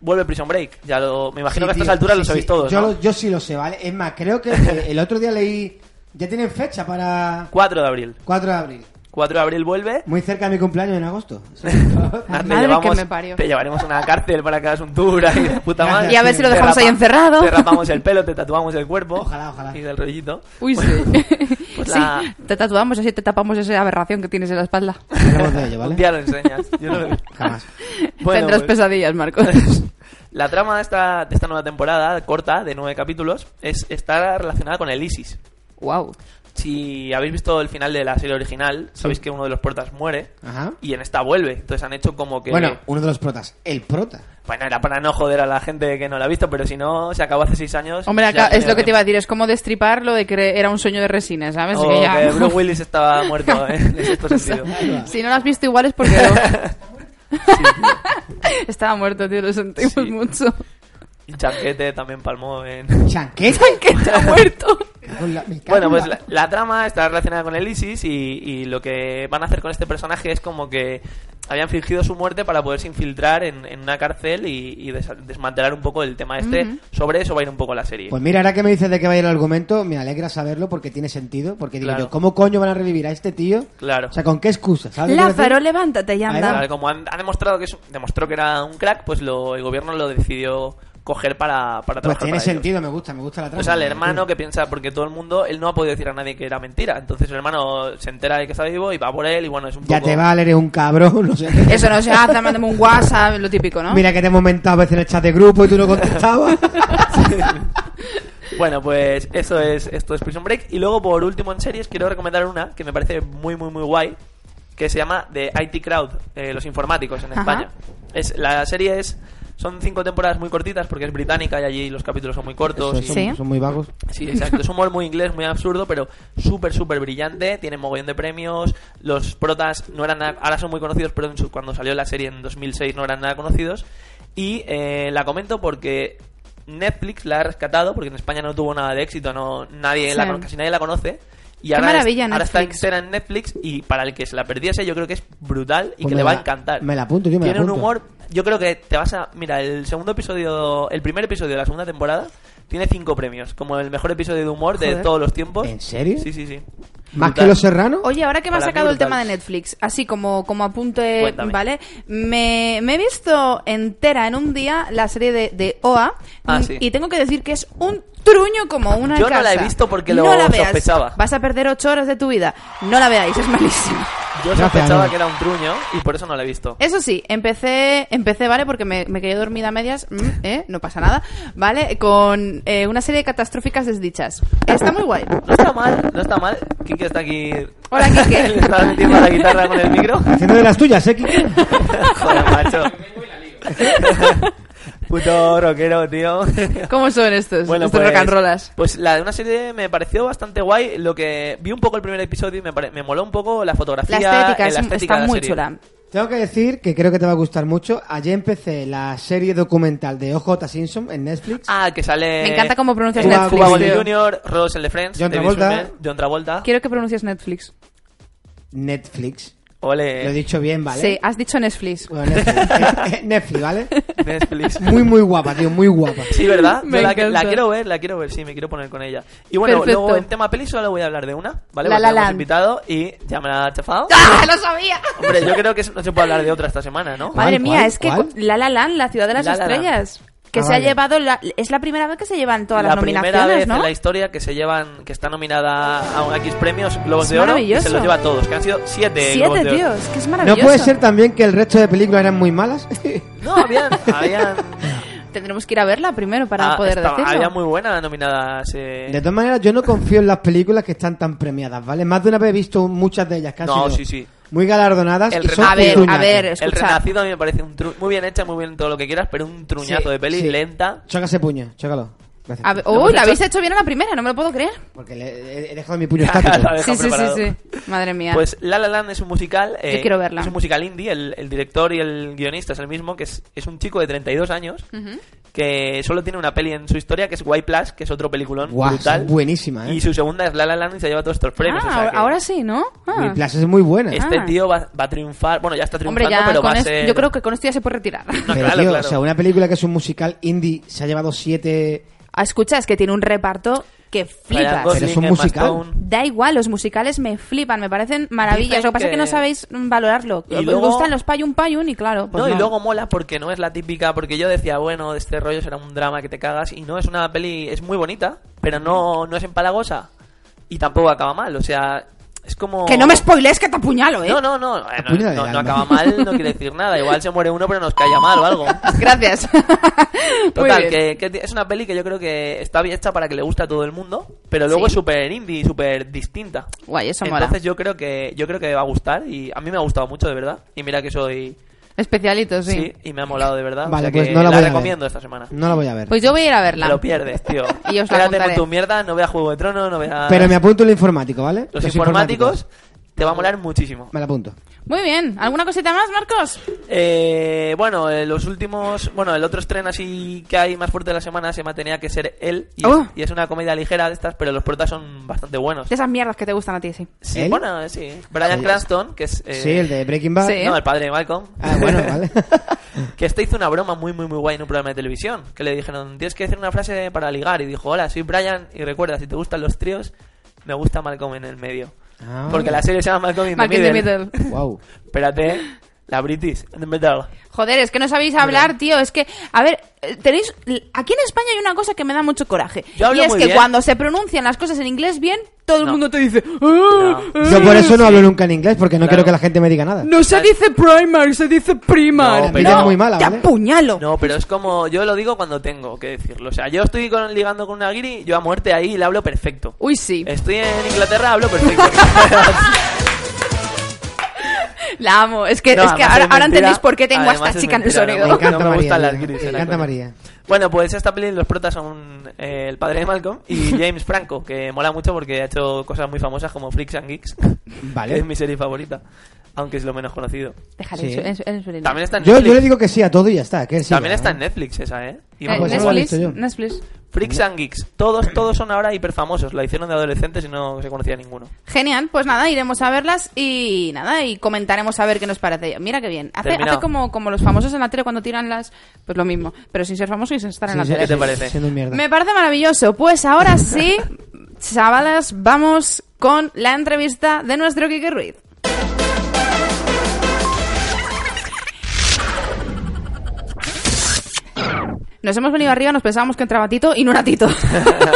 Speaker 4: vuelve Prison Break. Ya lo, me imagino
Speaker 5: Sí,
Speaker 4: que a estas
Speaker 5: tío,
Speaker 4: alturas
Speaker 5: sí,
Speaker 4: lo sabéis
Speaker 5: sí.
Speaker 4: todos,
Speaker 5: Yo,
Speaker 4: ¿no?
Speaker 5: lo- yo sí lo sé, ¿vale? Es más, creo que el, el otro día leí... Ya tienen fecha para
Speaker 4: 4 de abril.
Speaker 5: 4 de abril.
Speaker 4: 4 de abril vuelve.
Speaker 5: Muy cerca de mi cumpleaños en agosto. Sí.
Speaker 4: Te
Speaker 3: madre que me parió.
Speaker 4: Te llevaremos a una cárcel para que hagas un tour ahí de puta
Speaker 5: Gracias,
Speaker 4: madre.
Speaker 5: Y a ver
Speaker 3: si lo
Speaker 4: Te
Speaker 3: dejamos ahí encerrado.
Speaker 4: Te rapamos el pelo, te tatuamos el cuerpo.
Speaker 5: Ojalá, ojalá.
Speaker 4: Y del rollito.
Speaker 3: Uy, sí.
Speaker 4: pues
Speaker 3: sí,
Speaker 4: la-
Speaker 3: te tatuamos así, te tapamos esa aberración que tienes en la espalda.
Speaker 5: Hablaremos de ello,
Speaker 4: Un
Speaker 5: ¿vale?
Speaker 4: día lo enseñas. Yo no lo-
Speaker 5: Jamás.
Speaker 4: Bueno,
Speaker 3: Tendrás
Speaker 4: pues-
Speaker 3: pesadillas, Marcos.
Speaker 4: La trama de esta, de esta nueva temporada, corta, de nueve capítulos, es, está relacionada con el ISIS.
Speaker 3: Wow.
Speaker 4: Si habéis visto el final de la serie original, sabéis que uno de los portas muere
Speaker 5: Ajá.
Speaker 4: y en esta vuelve. Entonces han hecho como que...
Speaker 5: Bueno, uno de los protas. El prota.
Speaker 4: Bueno, era para no joder a la gente que no la ha visto, pero si no, se acabó hace seis años.
Speaker 3: Hombre,
Speaker 4: ya
Speaker 3: acá-
Speaker 4: ha
Speaker 3: es
Speaker 4: tenido
Speaker 3: lo que te iba a
Speaker 4: tiempo.
Speaker 3: decir, es como destripar lo de que era un sueño de resina, ¿sabes?
Speaker 4: O
Speaker 3: que ya-
Speaker 4: Oh, que Bruce Willis estaba muerto ¿eh? en cierto sentido.
Speaker 3: si no lo has visto igual es porque... lo- Estaba muerto, tío, lo sentimos
Speaker 4: Sí.
Speaker 3: mucho.
Speaker 4: Y Chanquete también palmó en...
Speaker 5: ¿Chanquete?
Speaker 3: que está muerto.
Speaker 5: Con la- me cago
Speaker 4: Bueno,
Speaker 5: en
Speaker 4: pues
Speaker 5: la-
Speaker 4: la, la trama está relacionada con el ISIS y, y lo que van a hacer con este personaje es como que habían fingido su muerte para poderse infiltrar en, en una cárcel y, y desa- desmantelar un poco el tema este. Sobre eso va a ir un poco la serie.
Speaker 5: Pues mira, ahora que me dices de qué va a ir el argumento, me alegra saberlo porque tiene sentido. Porque digo
Speaker 4: Claro.
Speaker 5: yo, ¿cómo coño van a revivir a este tío?
Speaker 4: Claro.
Speaker 5: O sea, ¿con qué excusa? ¿Sabes lo que quiero
Speaker 3: Lázaro,
Speaker 5: decir? Pues
Speaker 3: levántate y
Speaker 5: Ahí
Speaker 3: anda.
Speaker 5: va.
Speaker 4: Claro, como han, ha demostrado que es- demostró que era un crack, pues lo, el gobierno lo decidió coger para, para
Speaker 5: Pues
Speaker 4: trabajar
Speaker 5: tiene
Speaker 4: para ellos.
Speaker 5: sentido, me gusta, me gusta la trama.
Speaker 4: O sea, el hermano que piensa, porque todo el mundo, él no ha podido decir a nadie que era mentira. Entonces el hermano se entera de que está vivo y va por él y bueno, es un
Speaker 5: Ya
Speaker 4: poco...
Speaker 5: te vale, eres un cabrón, no sé.
Speaker 3: Eso no se hace, mándame un WhatsApp, lo típico, ¿no?
Speaker 5: Mira que te hemos mentado a veces en el chat de grupo y tú no contestabas.
Speaker 4: Bueno, pues eso es esto es Prison Break y luego por último en series quiero recomendar una que me parece muy muy muy guay que se llama The IT Crowd, eh, los informáticos en
Speaker 3: Ajá.
Speaker 4: España. Es la serie es son cinco temporadas muy cortitas porque es británica y allí los capítulos son muy cortos.
Speaker 5: Eso,
Speaker 4: y-
Speaker 5: son,
Speaker 3: Sí.
Speaker 5: son muy vagos.
Speaker 4: Sí, exacto. Es humor muy inglés, muy absurdo, pero súper, súper brillante. Tiene mogollón de premios. Los protas no eran nada- ahora son muy conocidos, pero en su- cuando salió la serie en 2006 no eran nada conocidos. Y eh, la comento porque Netflix la ha rescatado, porque en España no tuvo nada de éxito, no nadie
Speaker 3: Sí.
Speaker 4: la cono- casi nadie la conoce. Y
Speaker 3: Qué
Speaker 4: ahora, es-
Speaker 3: maravilla,
Speaker 4: ahora está
Speaker 3: Netflix.
Speaker 4: entera en Netflix y para el que se la perdiese yo creo que es brutal y
Speaker 5: Pues
Speaker 4: que
Speaker 5: me
Speaker 4: le va a
Speaker 5: la-
Speaker 4: encantar.
Speaker 5: me la apunto, yo me la
Speaker 4: Tiene un
Speaker 5: apunto.
Speaker 4: humor yo creo que te vas a. Mira, el segundo episodio. El primer episodio de la segunda temporada tiene cinco premios. Como el mejor episodio de humor
Speaker 3: Joder.
Speaker 4: de todos los tiempos.
Speaker 5: ¿En serio?
Speaker 4: Sí, sí, sí.
Speaker 5: Más
Speaker 4: Brutal.
Speaker 5: que los serranos.
Speaker 3: Oye, ahora que me has
Speaker 4: Para mí
Speaker 3: sacado el
Speaker 4: brutal.
Speaker 3: tema de Netflix, así como, como apunte,
Speaker 4: Cuéntame.
Speaker 3: ¿vale? Me, me he visto entera en un día la serie de, de OA
Speaker 4: Ah,
Speaker 3: mm,
Speaker 4: sí.
Speaker 3: y tengo que decir que es un truño como una
Speaker 4: Yo no la he
Speaker 3: casa.
Speaker 4: visto porque
Speaker 3: No
Speaker 4: lo
Speaker 3: la veas.
Speaker 4: sospechaba.
Speaker 3: Vas a perder ocho horas de tu vida. No la veáis, es malísima.
Speaker 4: Yo
Speaker 5: Gracias,
Speaker 4: sospechaba
Speaker 5: Ana.
Speaker 4: que era un truño y por eso no la he visto.
Speaker 3: Eso sí, empecé, empecé, ¿vale? Porque me, me quedé dormida a medias, mm, ¿eh? No pasa nada, ¿vale? Con eh, una serie de catastróficas desdichas. Está muy guay.
Speaker 4: No está mal, no está mal. Kike está aquí.
Speaker 3: Hola, Quique.
Speaker 4: Le está metiendo la guitarra con el micro.
Speaker 5: Haciendo de las tuyas, ¿eh? Kike?
Speaker 4: Joder, macho. Puto rockero, tío.
Speaker 3: ¿Cómo son estos? estos
Speaker 4: pues,
Speaker 3: rock and rollas?
Speaker 4: Pues la de una serie me pareció bastante guay. Lo que vi un poco el primer episodio y me, pare- me moló un poco la
Speaker 3: La
Speaker 4: fotografía.
Speaker 3: estética,
Speaker 4: eh,
Speaker 3: es-
Speaker 4: la estética de
Speaker 3: está
Speaker 4: la
Speaker 3: muy
Speaker 4: serie.
Speaker 3: chula.
Speaker 5: Tengo que decir que creo que te va a gustar mucho. Ayer empecé la serie documental de OJ Simpson en Netflix.
Speaker 4: Ah, que sale.
Speaker 3: Me encanta cómo pronuncias
Speaker 5: Cuba-
Speaker 3: Netflix.
Speaker 4: Cuba Gooding
Speaker 3: tío.
Speaker 4: Jr., Ross en The Friends,
Speaker 5: John
Speaker 4: David
Speaker 5: Travolta.
Speaker 4: Schwimmer, John Travolta.
Speaker 3: Quiero que pronuncies Netflix.
Speaker 5: Netflix.
Speaker 4: Ole.
Speaker 5: Lo he dicho bien, ¿vale?
Speaker 3: Sí, has dicho Netflix.
Speaker 5: Bueno, Netflix. Eh, eh, Netflix, ¿vale?
Speaker 4: Netflix.
Speaker 5: Muy, muy guapa, tío, muy guapa.
Speaker 4: Sí, ¿verdad?
Speaker 3: Me
Speaker 4: Yo la, que-
Speaker 3: encanta.
Speaker 4: la quiero ver, la quiero ver, sí, me quiero poner con ella. Y bueno,
Speaker 3: Perfecto.
Speaker 4: luego en tema peli solo voy a hablar de una, ¿vale?
Speaker 3: La
Speaker 4: Porque
Speaker 3: La
Speaker 4: hemos
Speaker 3: Land.
Speaker 4: invitado y ya me la ha chafado.
Speaker 3: ¡Ah, lo sabía!
Speaker 4: Hombre, yo creo que no se puede hablar de otra esta semana, ¿no?
Speaker 5: ¿Cuál,
Speaker 3: Madre mía,
Speaker 5: cuál,
Speaker 3: es que
Speaker 5: cuál?
Speaker 3: La La Land, la ciudad de las
Speaker 4: La La
Speaker 3: estrellas. Que
Speaker 5: Ah,
Speaker 3: se
Speaker 5: vale.
Speaker 3: ha llevado, la- es la primera vez que se llevan todas
Speaker 4: la
Speaker 3: las
Speaker 4: primera
Speaker 3: nominaciones,
Speaker 4: vez
Speaker 3: ¿no?
Speaker 4: en la historia que se llevan, que está nominada a un X premios, Globos
Speaker 3: Es
Speaker 4: de Oro, y se
Speaker 3: maravilloso.
Speaker 4: los lleva a todos, que han sido siete, Globos
Speaker 3: Siete,
Speaker 4: de Oro.
Speaker 3: tío, es que es
Speaker 5: ¿No
Speaker 3: maravilloso.
Speaker 5: puede ser también que el resto de películas eran muy malas?
Speaker 4: No, habían, habían,
Speaker 3: Tendremos que ir a verla primero para
Speaker 4: ah,
Speaker 3: poder
Speaker 4: estaba-
Speaker 3: decirlo.
Speaker 4: había muy buenas nominadas. eh,
Speaker 5: De todas maneras, yo no confío en las películas que están tan premiadas, ¿vale? Más de una vez he visto muchas de ellas, casi.
Speaker 4: No, sí, sí.
Speaker 5: Muy galardonadas.
Speaker 4: El
Speaker 5: y son
Speaker 4: Renacido.
Speaker 3: A ver, a
Speaker 5: truñacos.
Speaker 3: ver,
Speaker 4: El
Speaker 3: escucha.
Speaker 4: Renacido a mí me parece un tru- muy bien hecha, muy bien todo lo que quieras, pero un truñazo
Speaker 5: Sí,
Speaker 4: de peli
Speaker 5: sí.
Speaker 4: lenta.
Speaker 5: Chócase puño, chócalo. Gracias.
Speaker 3: A ver- Uy, la habéis hecho bien a la primera, no me lo puedo creer.
Speaker 5: Porque le- he, he dejado mi puño estático.
Speaker 4: Lo he
Speaker 3: Sí,
Speaker 4: dejado
Speaker 3: sí, sí,
Speaker 4: preparado.
Speaker 3: sí. Madre mía.
Speaker 4: Pues La La Land es un musical. eh,
Speaker 3: Yo quiero verla.
Speaker 4: Es un musical indie. El, el director y el guionista es el mismo, que es, es un chico de 32 años que solo tiene una peli en su historia, que es White Plus, que es otro peliculón
Speaker 5: Guau,
Speaker 4: brutal.
Speaker 5: es buenísima, ¿eh?
Speaker 4: Y su segunda es La La Land y se lleva todos estos premios.
Speaker 3: Ah,
Speaker 4: o sea que
Speaker 3: ahora sí, ¿no? Ah.
Speaker 5: Mi plaza es muy buena.
Speaker 4: Este
Speaker 3: Ah.
Speaker 4: tío va, va a triunfar. Bueno, ya está
Speaker 3: Hombre,
Speaker 4: triunfando,
Speaker 3: ya
Speaker 4: pero
Speaker 3: con
Speaker 4: va a
Speaker 3: esto-
Speaker 4: ser.
Speaker 3: yo creo que con esto ya se puede retirar.
Speaker 4: No,
Speaker 5: Pero,
Speaker 4: claro,
Speaker 5: tío,
Speaker 4: claro.
Speaker 5: o sea, una película que es un musical indie se ha llevado siete...
Speaker 3: Ah, Escucha, es que tiene un reparto que
Speaker 4: Ryan
Speaker 3: flipas.
Speaker 4: Gosling,
Speaker 5: Pero es un
Speaker 4: Emma
Speaker 5: musical.
Speaker 4: Stone.
Speaker 3: Da igual, los musicales me flipan, me parecen maravillas.
Speaker 4: Dicen
Speaker 3: Lo que pasa es que
Speaker 4: que-
Speaker 3: no sabéis mm, valorarlo.
Speaker 4: Y
Speaker 3: Os
Speaker 4: luego-
Speaker 3: gustan los payun payun y claro. pues
Speaker 4: no, y
Speaker 3: no.
Speaker 4: luego mola porque no es la típica, porque yo decía, bueno, de este rollo será un drama que te cagas, y no es una peli, es muy bonita, pero no, no es empalagosa, y tampoco acaba mal, o sea, es como...
Speaker 3: Que no me spoilees que te apuñalo, ¿eh?
Speaker 4: No, no, no, eh, no,
Speaker 5: Apuñala
Speaker 4: no-
Speaker 5: el
Speaker 4: no
Speaker 5: alma.
Speaker 4: acaba mal, no quiere decir nada. Igual se muere uno, pero nos calla mal o algo.
Speaker 3: Gracias.
Speaker 4: Total,
Speaker 3: Muy bien.
Speaker 4: que, que es una peli que yo creo que está bien hecha para que le guste a todo el mundo, pero luego
Speaker 3: Sí.
Speaker 4: es súper indie, y súper distinta.
Speaker 3: Guay, eso mola.
Speaker 4: Entonces yo creo que yo creo que va a gustar y a mí me ha gustado mucho de verdad. Y mira que soy
Speaker 3: Especialito, sí.
Speaker 4: sí, y me ha molado de verdad. Ah, o
Speaker 5: Vale,
Speaker 4: sea
Speaker 5: pues
Speaker 4: que
Speaker 5: no la
Speaker 4: la,
Speaker 5: voy a ver.
Speaker 4: recomiendo esta semana.
Speaker 5: No la voy a ver.
Speaker 3: Pues yo voy a ir a
Speaker 4: Te
Speaker 3: verla.
Speaker 4: lo pierdes, tío.
Speaker 3: Y os la
Speaker 4: Quédate
Speaker 3: contaré.
Speaker 4: con tu mierda, no veas Juego de Tronos, no veas
Speaker 5: Pero me apunto el informático, ¿vale?
Speaker 4: los informáticos, te va a molar muchísimo.
Speaker 5: Me la apunto.
Speaker 3: Muy bien. ¿Alguna cosita más, Marcos?
Speaker 4: Eh, bueno, eh, los últimos. Bueno, el otro estreno así que hay más fuerte de la semana se llama Tenía que ser él. Y,
Speaker 3: Oh.
Speaker 4: es, y es una comedia ligera de estas, pero los protas son bastante buenos.
Speaker 3: De esas mierdas que te gustan a ti, sí.
Speaker 4: Sí,
Speaker 5: ¿Él?
Speaker 4: bueno, eh, sí. Brian
Speaker 5: Joder.
Speaker 4: Cranston, que es. eh,
Speaker 5: Sí, el de Breaking Bad.
Speaker 3: Sí.
Speaker 4: No, el padre de Malcolm.
Speaker 5: Ah, bueno, vale.
Speaker 4: que este hizo una broma muy, muy, muy guay en un programa de televisión. Que le dijeron, tienes que decir una frase para ligar. Y dijo, hola, soy Brian. Y recuerda, si te gustan los tríos, me gusta Malcolm en el medio.
Speaker 5: Ah.
Speaker 4: Porque la serie se llama Malcolm in the
Speaker 3: Malcolm in the
Speaker 4: Middle.
Speaker 3: Middle.
Speaker 5: Wow.
Speaker 4: Espérate, la British in the Middle.
Speaker 3: Joder, es que no sabéis hablar, tío. Es que, a ver, eh, tenéis. Aquí en España hay una cosa que me da mucho coraje.
Speaker 4: Yo hablo
Speaker 3: y es
Speaker 4: muy
Speaker 3: que
Speaker 4: bien.
Speaker 3: cuando se pronuncian las cosas en inglés bien, todo el
Speaker 4: No.
Speaker 3: mundo te dice. "Ah, ah".
Speaker 5: Yo por eso no hablo nunca en inglés, porque no
Speaker 4: Claro.
Speaker 5: quiero que la gente me diga nada.
Speaker 3: No se dice primary, se dice primar.
Speaker 4: No, pero-
Speaker 3: No,
Speaker 4: Es
Speaker 5: muy mala,
Speaker 3: te
Speaker 5: ¿vale?
Speaker 3: apuñalo.
Speaker 4: No, pero es como, yo lo digo cuando tengo que decirlo. O sea, yo estoy con- ligando con una guiri, yo a muerte ahí le hablo perfecto.
Speaker 3: Uy, sí.
Speaker 4: Estoy en Inglaterra, hablo perfecto.
Speaker 3: La amo. Es que,
Speaker 4: No,
Speaker 3: es que
Speaker 4: además
Speaker 3: ahora,
Speaker 4: es
Speaker 3: ahora
Speaker 4: mentira.
Speaker 3: entendéis por qué tengo a
Speaker 4: Además
Speaker 3: esta
Speaker 4: es
Speaker 3: chica en el
Speaker 4: mentira,
Speaker 3: sonido.
Speaker 4: no me
Speaker 5: encanta
Speaker 4: gustan
Speaker 5: María,
Speaker 4: las
Speaker 5: me
Speaker 4: grises,
Speaker 5: encanta
Speaker 4: la coña.
Speaker 5: María.
Speaker 4: Bueno, pues esta peli los protas son eh, el padre de Malcolm y James Franco, que mola mucho porque ha hecho cosas muy famosas como Freaks and Geeks, que es
Speaker 5: Vale.
Speaker 4: mi serie favorita, aunque es lo menos conocido.
Speaker 3: Déjale
Speaker 5: Sí.
Speaker 3: en su- en Eh, su- en su línea.
Speaker 4: También está en
Speaker 5: Yo,
Speaker 4: Netflix.
Speaker 5: yo le digo que sí a todo y ya está. Que él siga,
Speaker 4: También está
Speaker 5: ¿no?
Speaker 4: en Netflix esa, ¿eh? Y
Speaker 3: Eh,
Speaker 5: Ah,
Speaker 4: muy
Speaker 5: pues
Speaker 4: buena.
Speaker 5: no la he
Speaker 3: Netflix,
Speaker 5: visto yo.
Speaker 3: Netflix.
Speaker 4: Freaks and Geeks. Todos, todos son ahora hiperfamosos. La hicieron de adolescentes y no se conocía ninguno.
Speaker 3: Genial, pues nada, iremos a verlas y nada, y comentaremos a ver qué nos parece. Mira qué bien. Hace,
Speaker 4: Terminado.
Speaker 3: hace como, como los famosos en la tele cuando tiran las. Pues lo mismo, pero sin ser famoso y sin estar en la
Speaker 5: Sí, sí,
Speaker 3: tele.
Speaker 4: ¿Qué te
Speaker 5: sí,
Speaker 4: parece?
Speaker 5: siendo un mierda.
Speaker 3: Me parece maravilloso. Pues ahora sí, chavalas, vamos con la entrevista de nuestro Kike Ruiz. Nos hemos venido arriba, nos pensábamos que entraba Tito y no era Tito.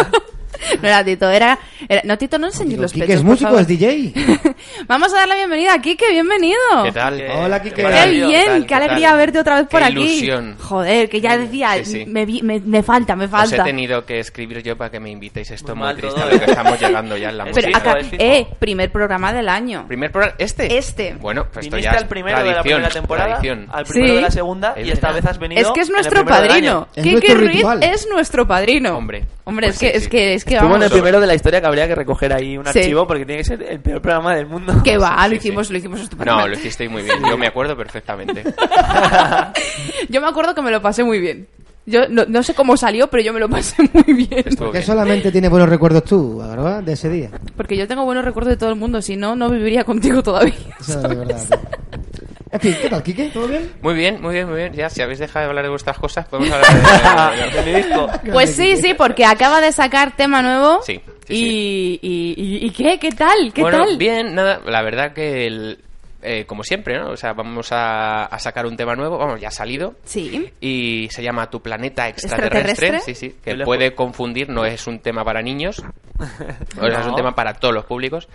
Speaker 3: no era Tito, era, era- No, Tito, no enseñes
Speaker 5: Digo,
Speaker 3: los
Speaker 5: Quique
Speaker 3: pechos,
Speaker 5: es
Speaker 3: por
Speaker 5: músico,
Speaker 3: favor.
Speaker 5: es DJ.
Speaker 3: Vamos a dar la bienvenida a Kike, bienvenido.
Speaker 7: ¿Qué tal?
Speaker 5: Hola, Quique.
Speaker 3: Qué
Speaker 7: maravilla,
Speaker 3: bien,
Speaker 7: ¿qué tal?
Speaker 3: qué alegría
Speaker 7: tal?
Speaker 3: verte otra vez por
Speaker 7: Qué
Speaker 3: aquí.
Speaker 7: ilusión.
Speaker 3: Joder, que ya decía,
Speaker 7: Sí, sí.
Speaker 3: Me, vi- me- me falta, me
Speaker 7: Os
Speaker 3: falta.
Speaker 7: he tenido que escribir yo para que me invitéis. Esto es
Speaker 4: Muy
Speaker 7: muy
Speaker 4: mal
Speaker 7: triste
Speaker 4: todo,
Speaker 7: a lo que
Speaker 4: ¿eh?
Speaker 7: estamos llegando ya en la
Speaker 4: Es
Speaker 3: Pero
Speaker 7: música.
Speaker 4: fijo,
Speaker 3: acá,
Speaker 4: es fijo.
Speaker 3: eh, primer programa del año.
Speaker 7: ¿Primer programa? ¿Este?
Speaker 3: Este.
Speaker 7: Bueno, pues esto
Speaker 4: Viniste
Speaker 7: ya es
Speaker 4: al primero de la
Speaker 7: tradición,
Speaker 4: primera temporada,
Speaker 7: tradición.
Speaker 4: al primero
Speaker 3: Sí.
Speaker 4: de la segunda
Speaker 7: Es
Speaker 4: y esta
Speaker 7: verdad.
Speaker 4: vez has venido.
Speaker 3: Es que es
Speaker 4: en el
Speaker 3: nuestro
Speaker 4: primero del
Speaker 3: padrino.
Speaker 4: año.
Speaker 5: Es
Speaker 3: Kike
Speaker 5: nuestro
Speaker 3: Ruiz
Speaker 5: ritual.
Speaker 3: es nuestro padrino.
Speaker 7: Hombre.
Speaker 3: Hombre,
Speaker 7: Pues
Speaker 3: es, que,
Speaker 7: sí,
Speaker 3: es
Speaker 7: sí.
Speaker 3: que es que
Speaker 4: Estuvo en
Speaker 3: vamos.
Speaker 4: el primero de la historia que habría que recoger ahí un
Speaker 3: Sí.
Speaker 4: archivo porque tiene que ser el peor programa del mundo.
Speaker 3: Que va,
Speaker 7: Sí,
Speaker 3: Ah, lo
Speaker 7: sí,
Speaker 3: hicimos,
Speaker 7: sí.
Speaker 3: lo hicimos este estupendamente.
Speaker 7: No, lo hicisteis muy bien. Yo me acuerdo perfectamente.
Speaker 3: Yo me acuerdo que me lo pasé muy bien. Yo no, no sé cómo salió, pero yo me lo pasé muy bien.
Speaker 7: Estuvo
Speaker 5: Que
Speaker 7: bien.
Speaker 5: solamente tiene buenos recuerdos tú, ¿verdad? De ese día.
Speaker 3: Porque yo tengo buenos recuerdos de todo el mundo, si no, no viviría contigo todavía.
Speaker 5: Eso de verdad. En fin, ¿qué tal, Quique? ¿Todo bien?
Speaker 7: Muy bien, muy bien, muy bien. Ya, si habéis dejado de hablar de vuestras cosas, podemos hablar de...
Speaker 4: Te lo digo.
Speaker 3: Pues sí, sí, porque acaba de sacar tema nuevo.
Speaker 7: Sí, sí,
Speaker 3: y, y- y- ¿y qué? ¿Qué tal? ¿Qué
Speaker 7: bueno,
Speaker 3: tal?
Speaker 7: bien, nada, la verdad que el- eh, como siempre, ¿no? O sea, vamos a, a sacar un tema nuevo, vamos, ya ha salido.
Speaker 3: Sí.
Speaker 7: Y se llama Tu planeta extraterrestre,
Speaker 3: ¿Extraterrestre?
Speaker 7: sí, sí,
Speaker 4: Yo
Speaker 7: que
Speaker 4: le-
Speaker 7: puede confundir, no es un tema para niños, o sea, es
Speaker 4: No.
Speaker 7: un tema para todos los públicos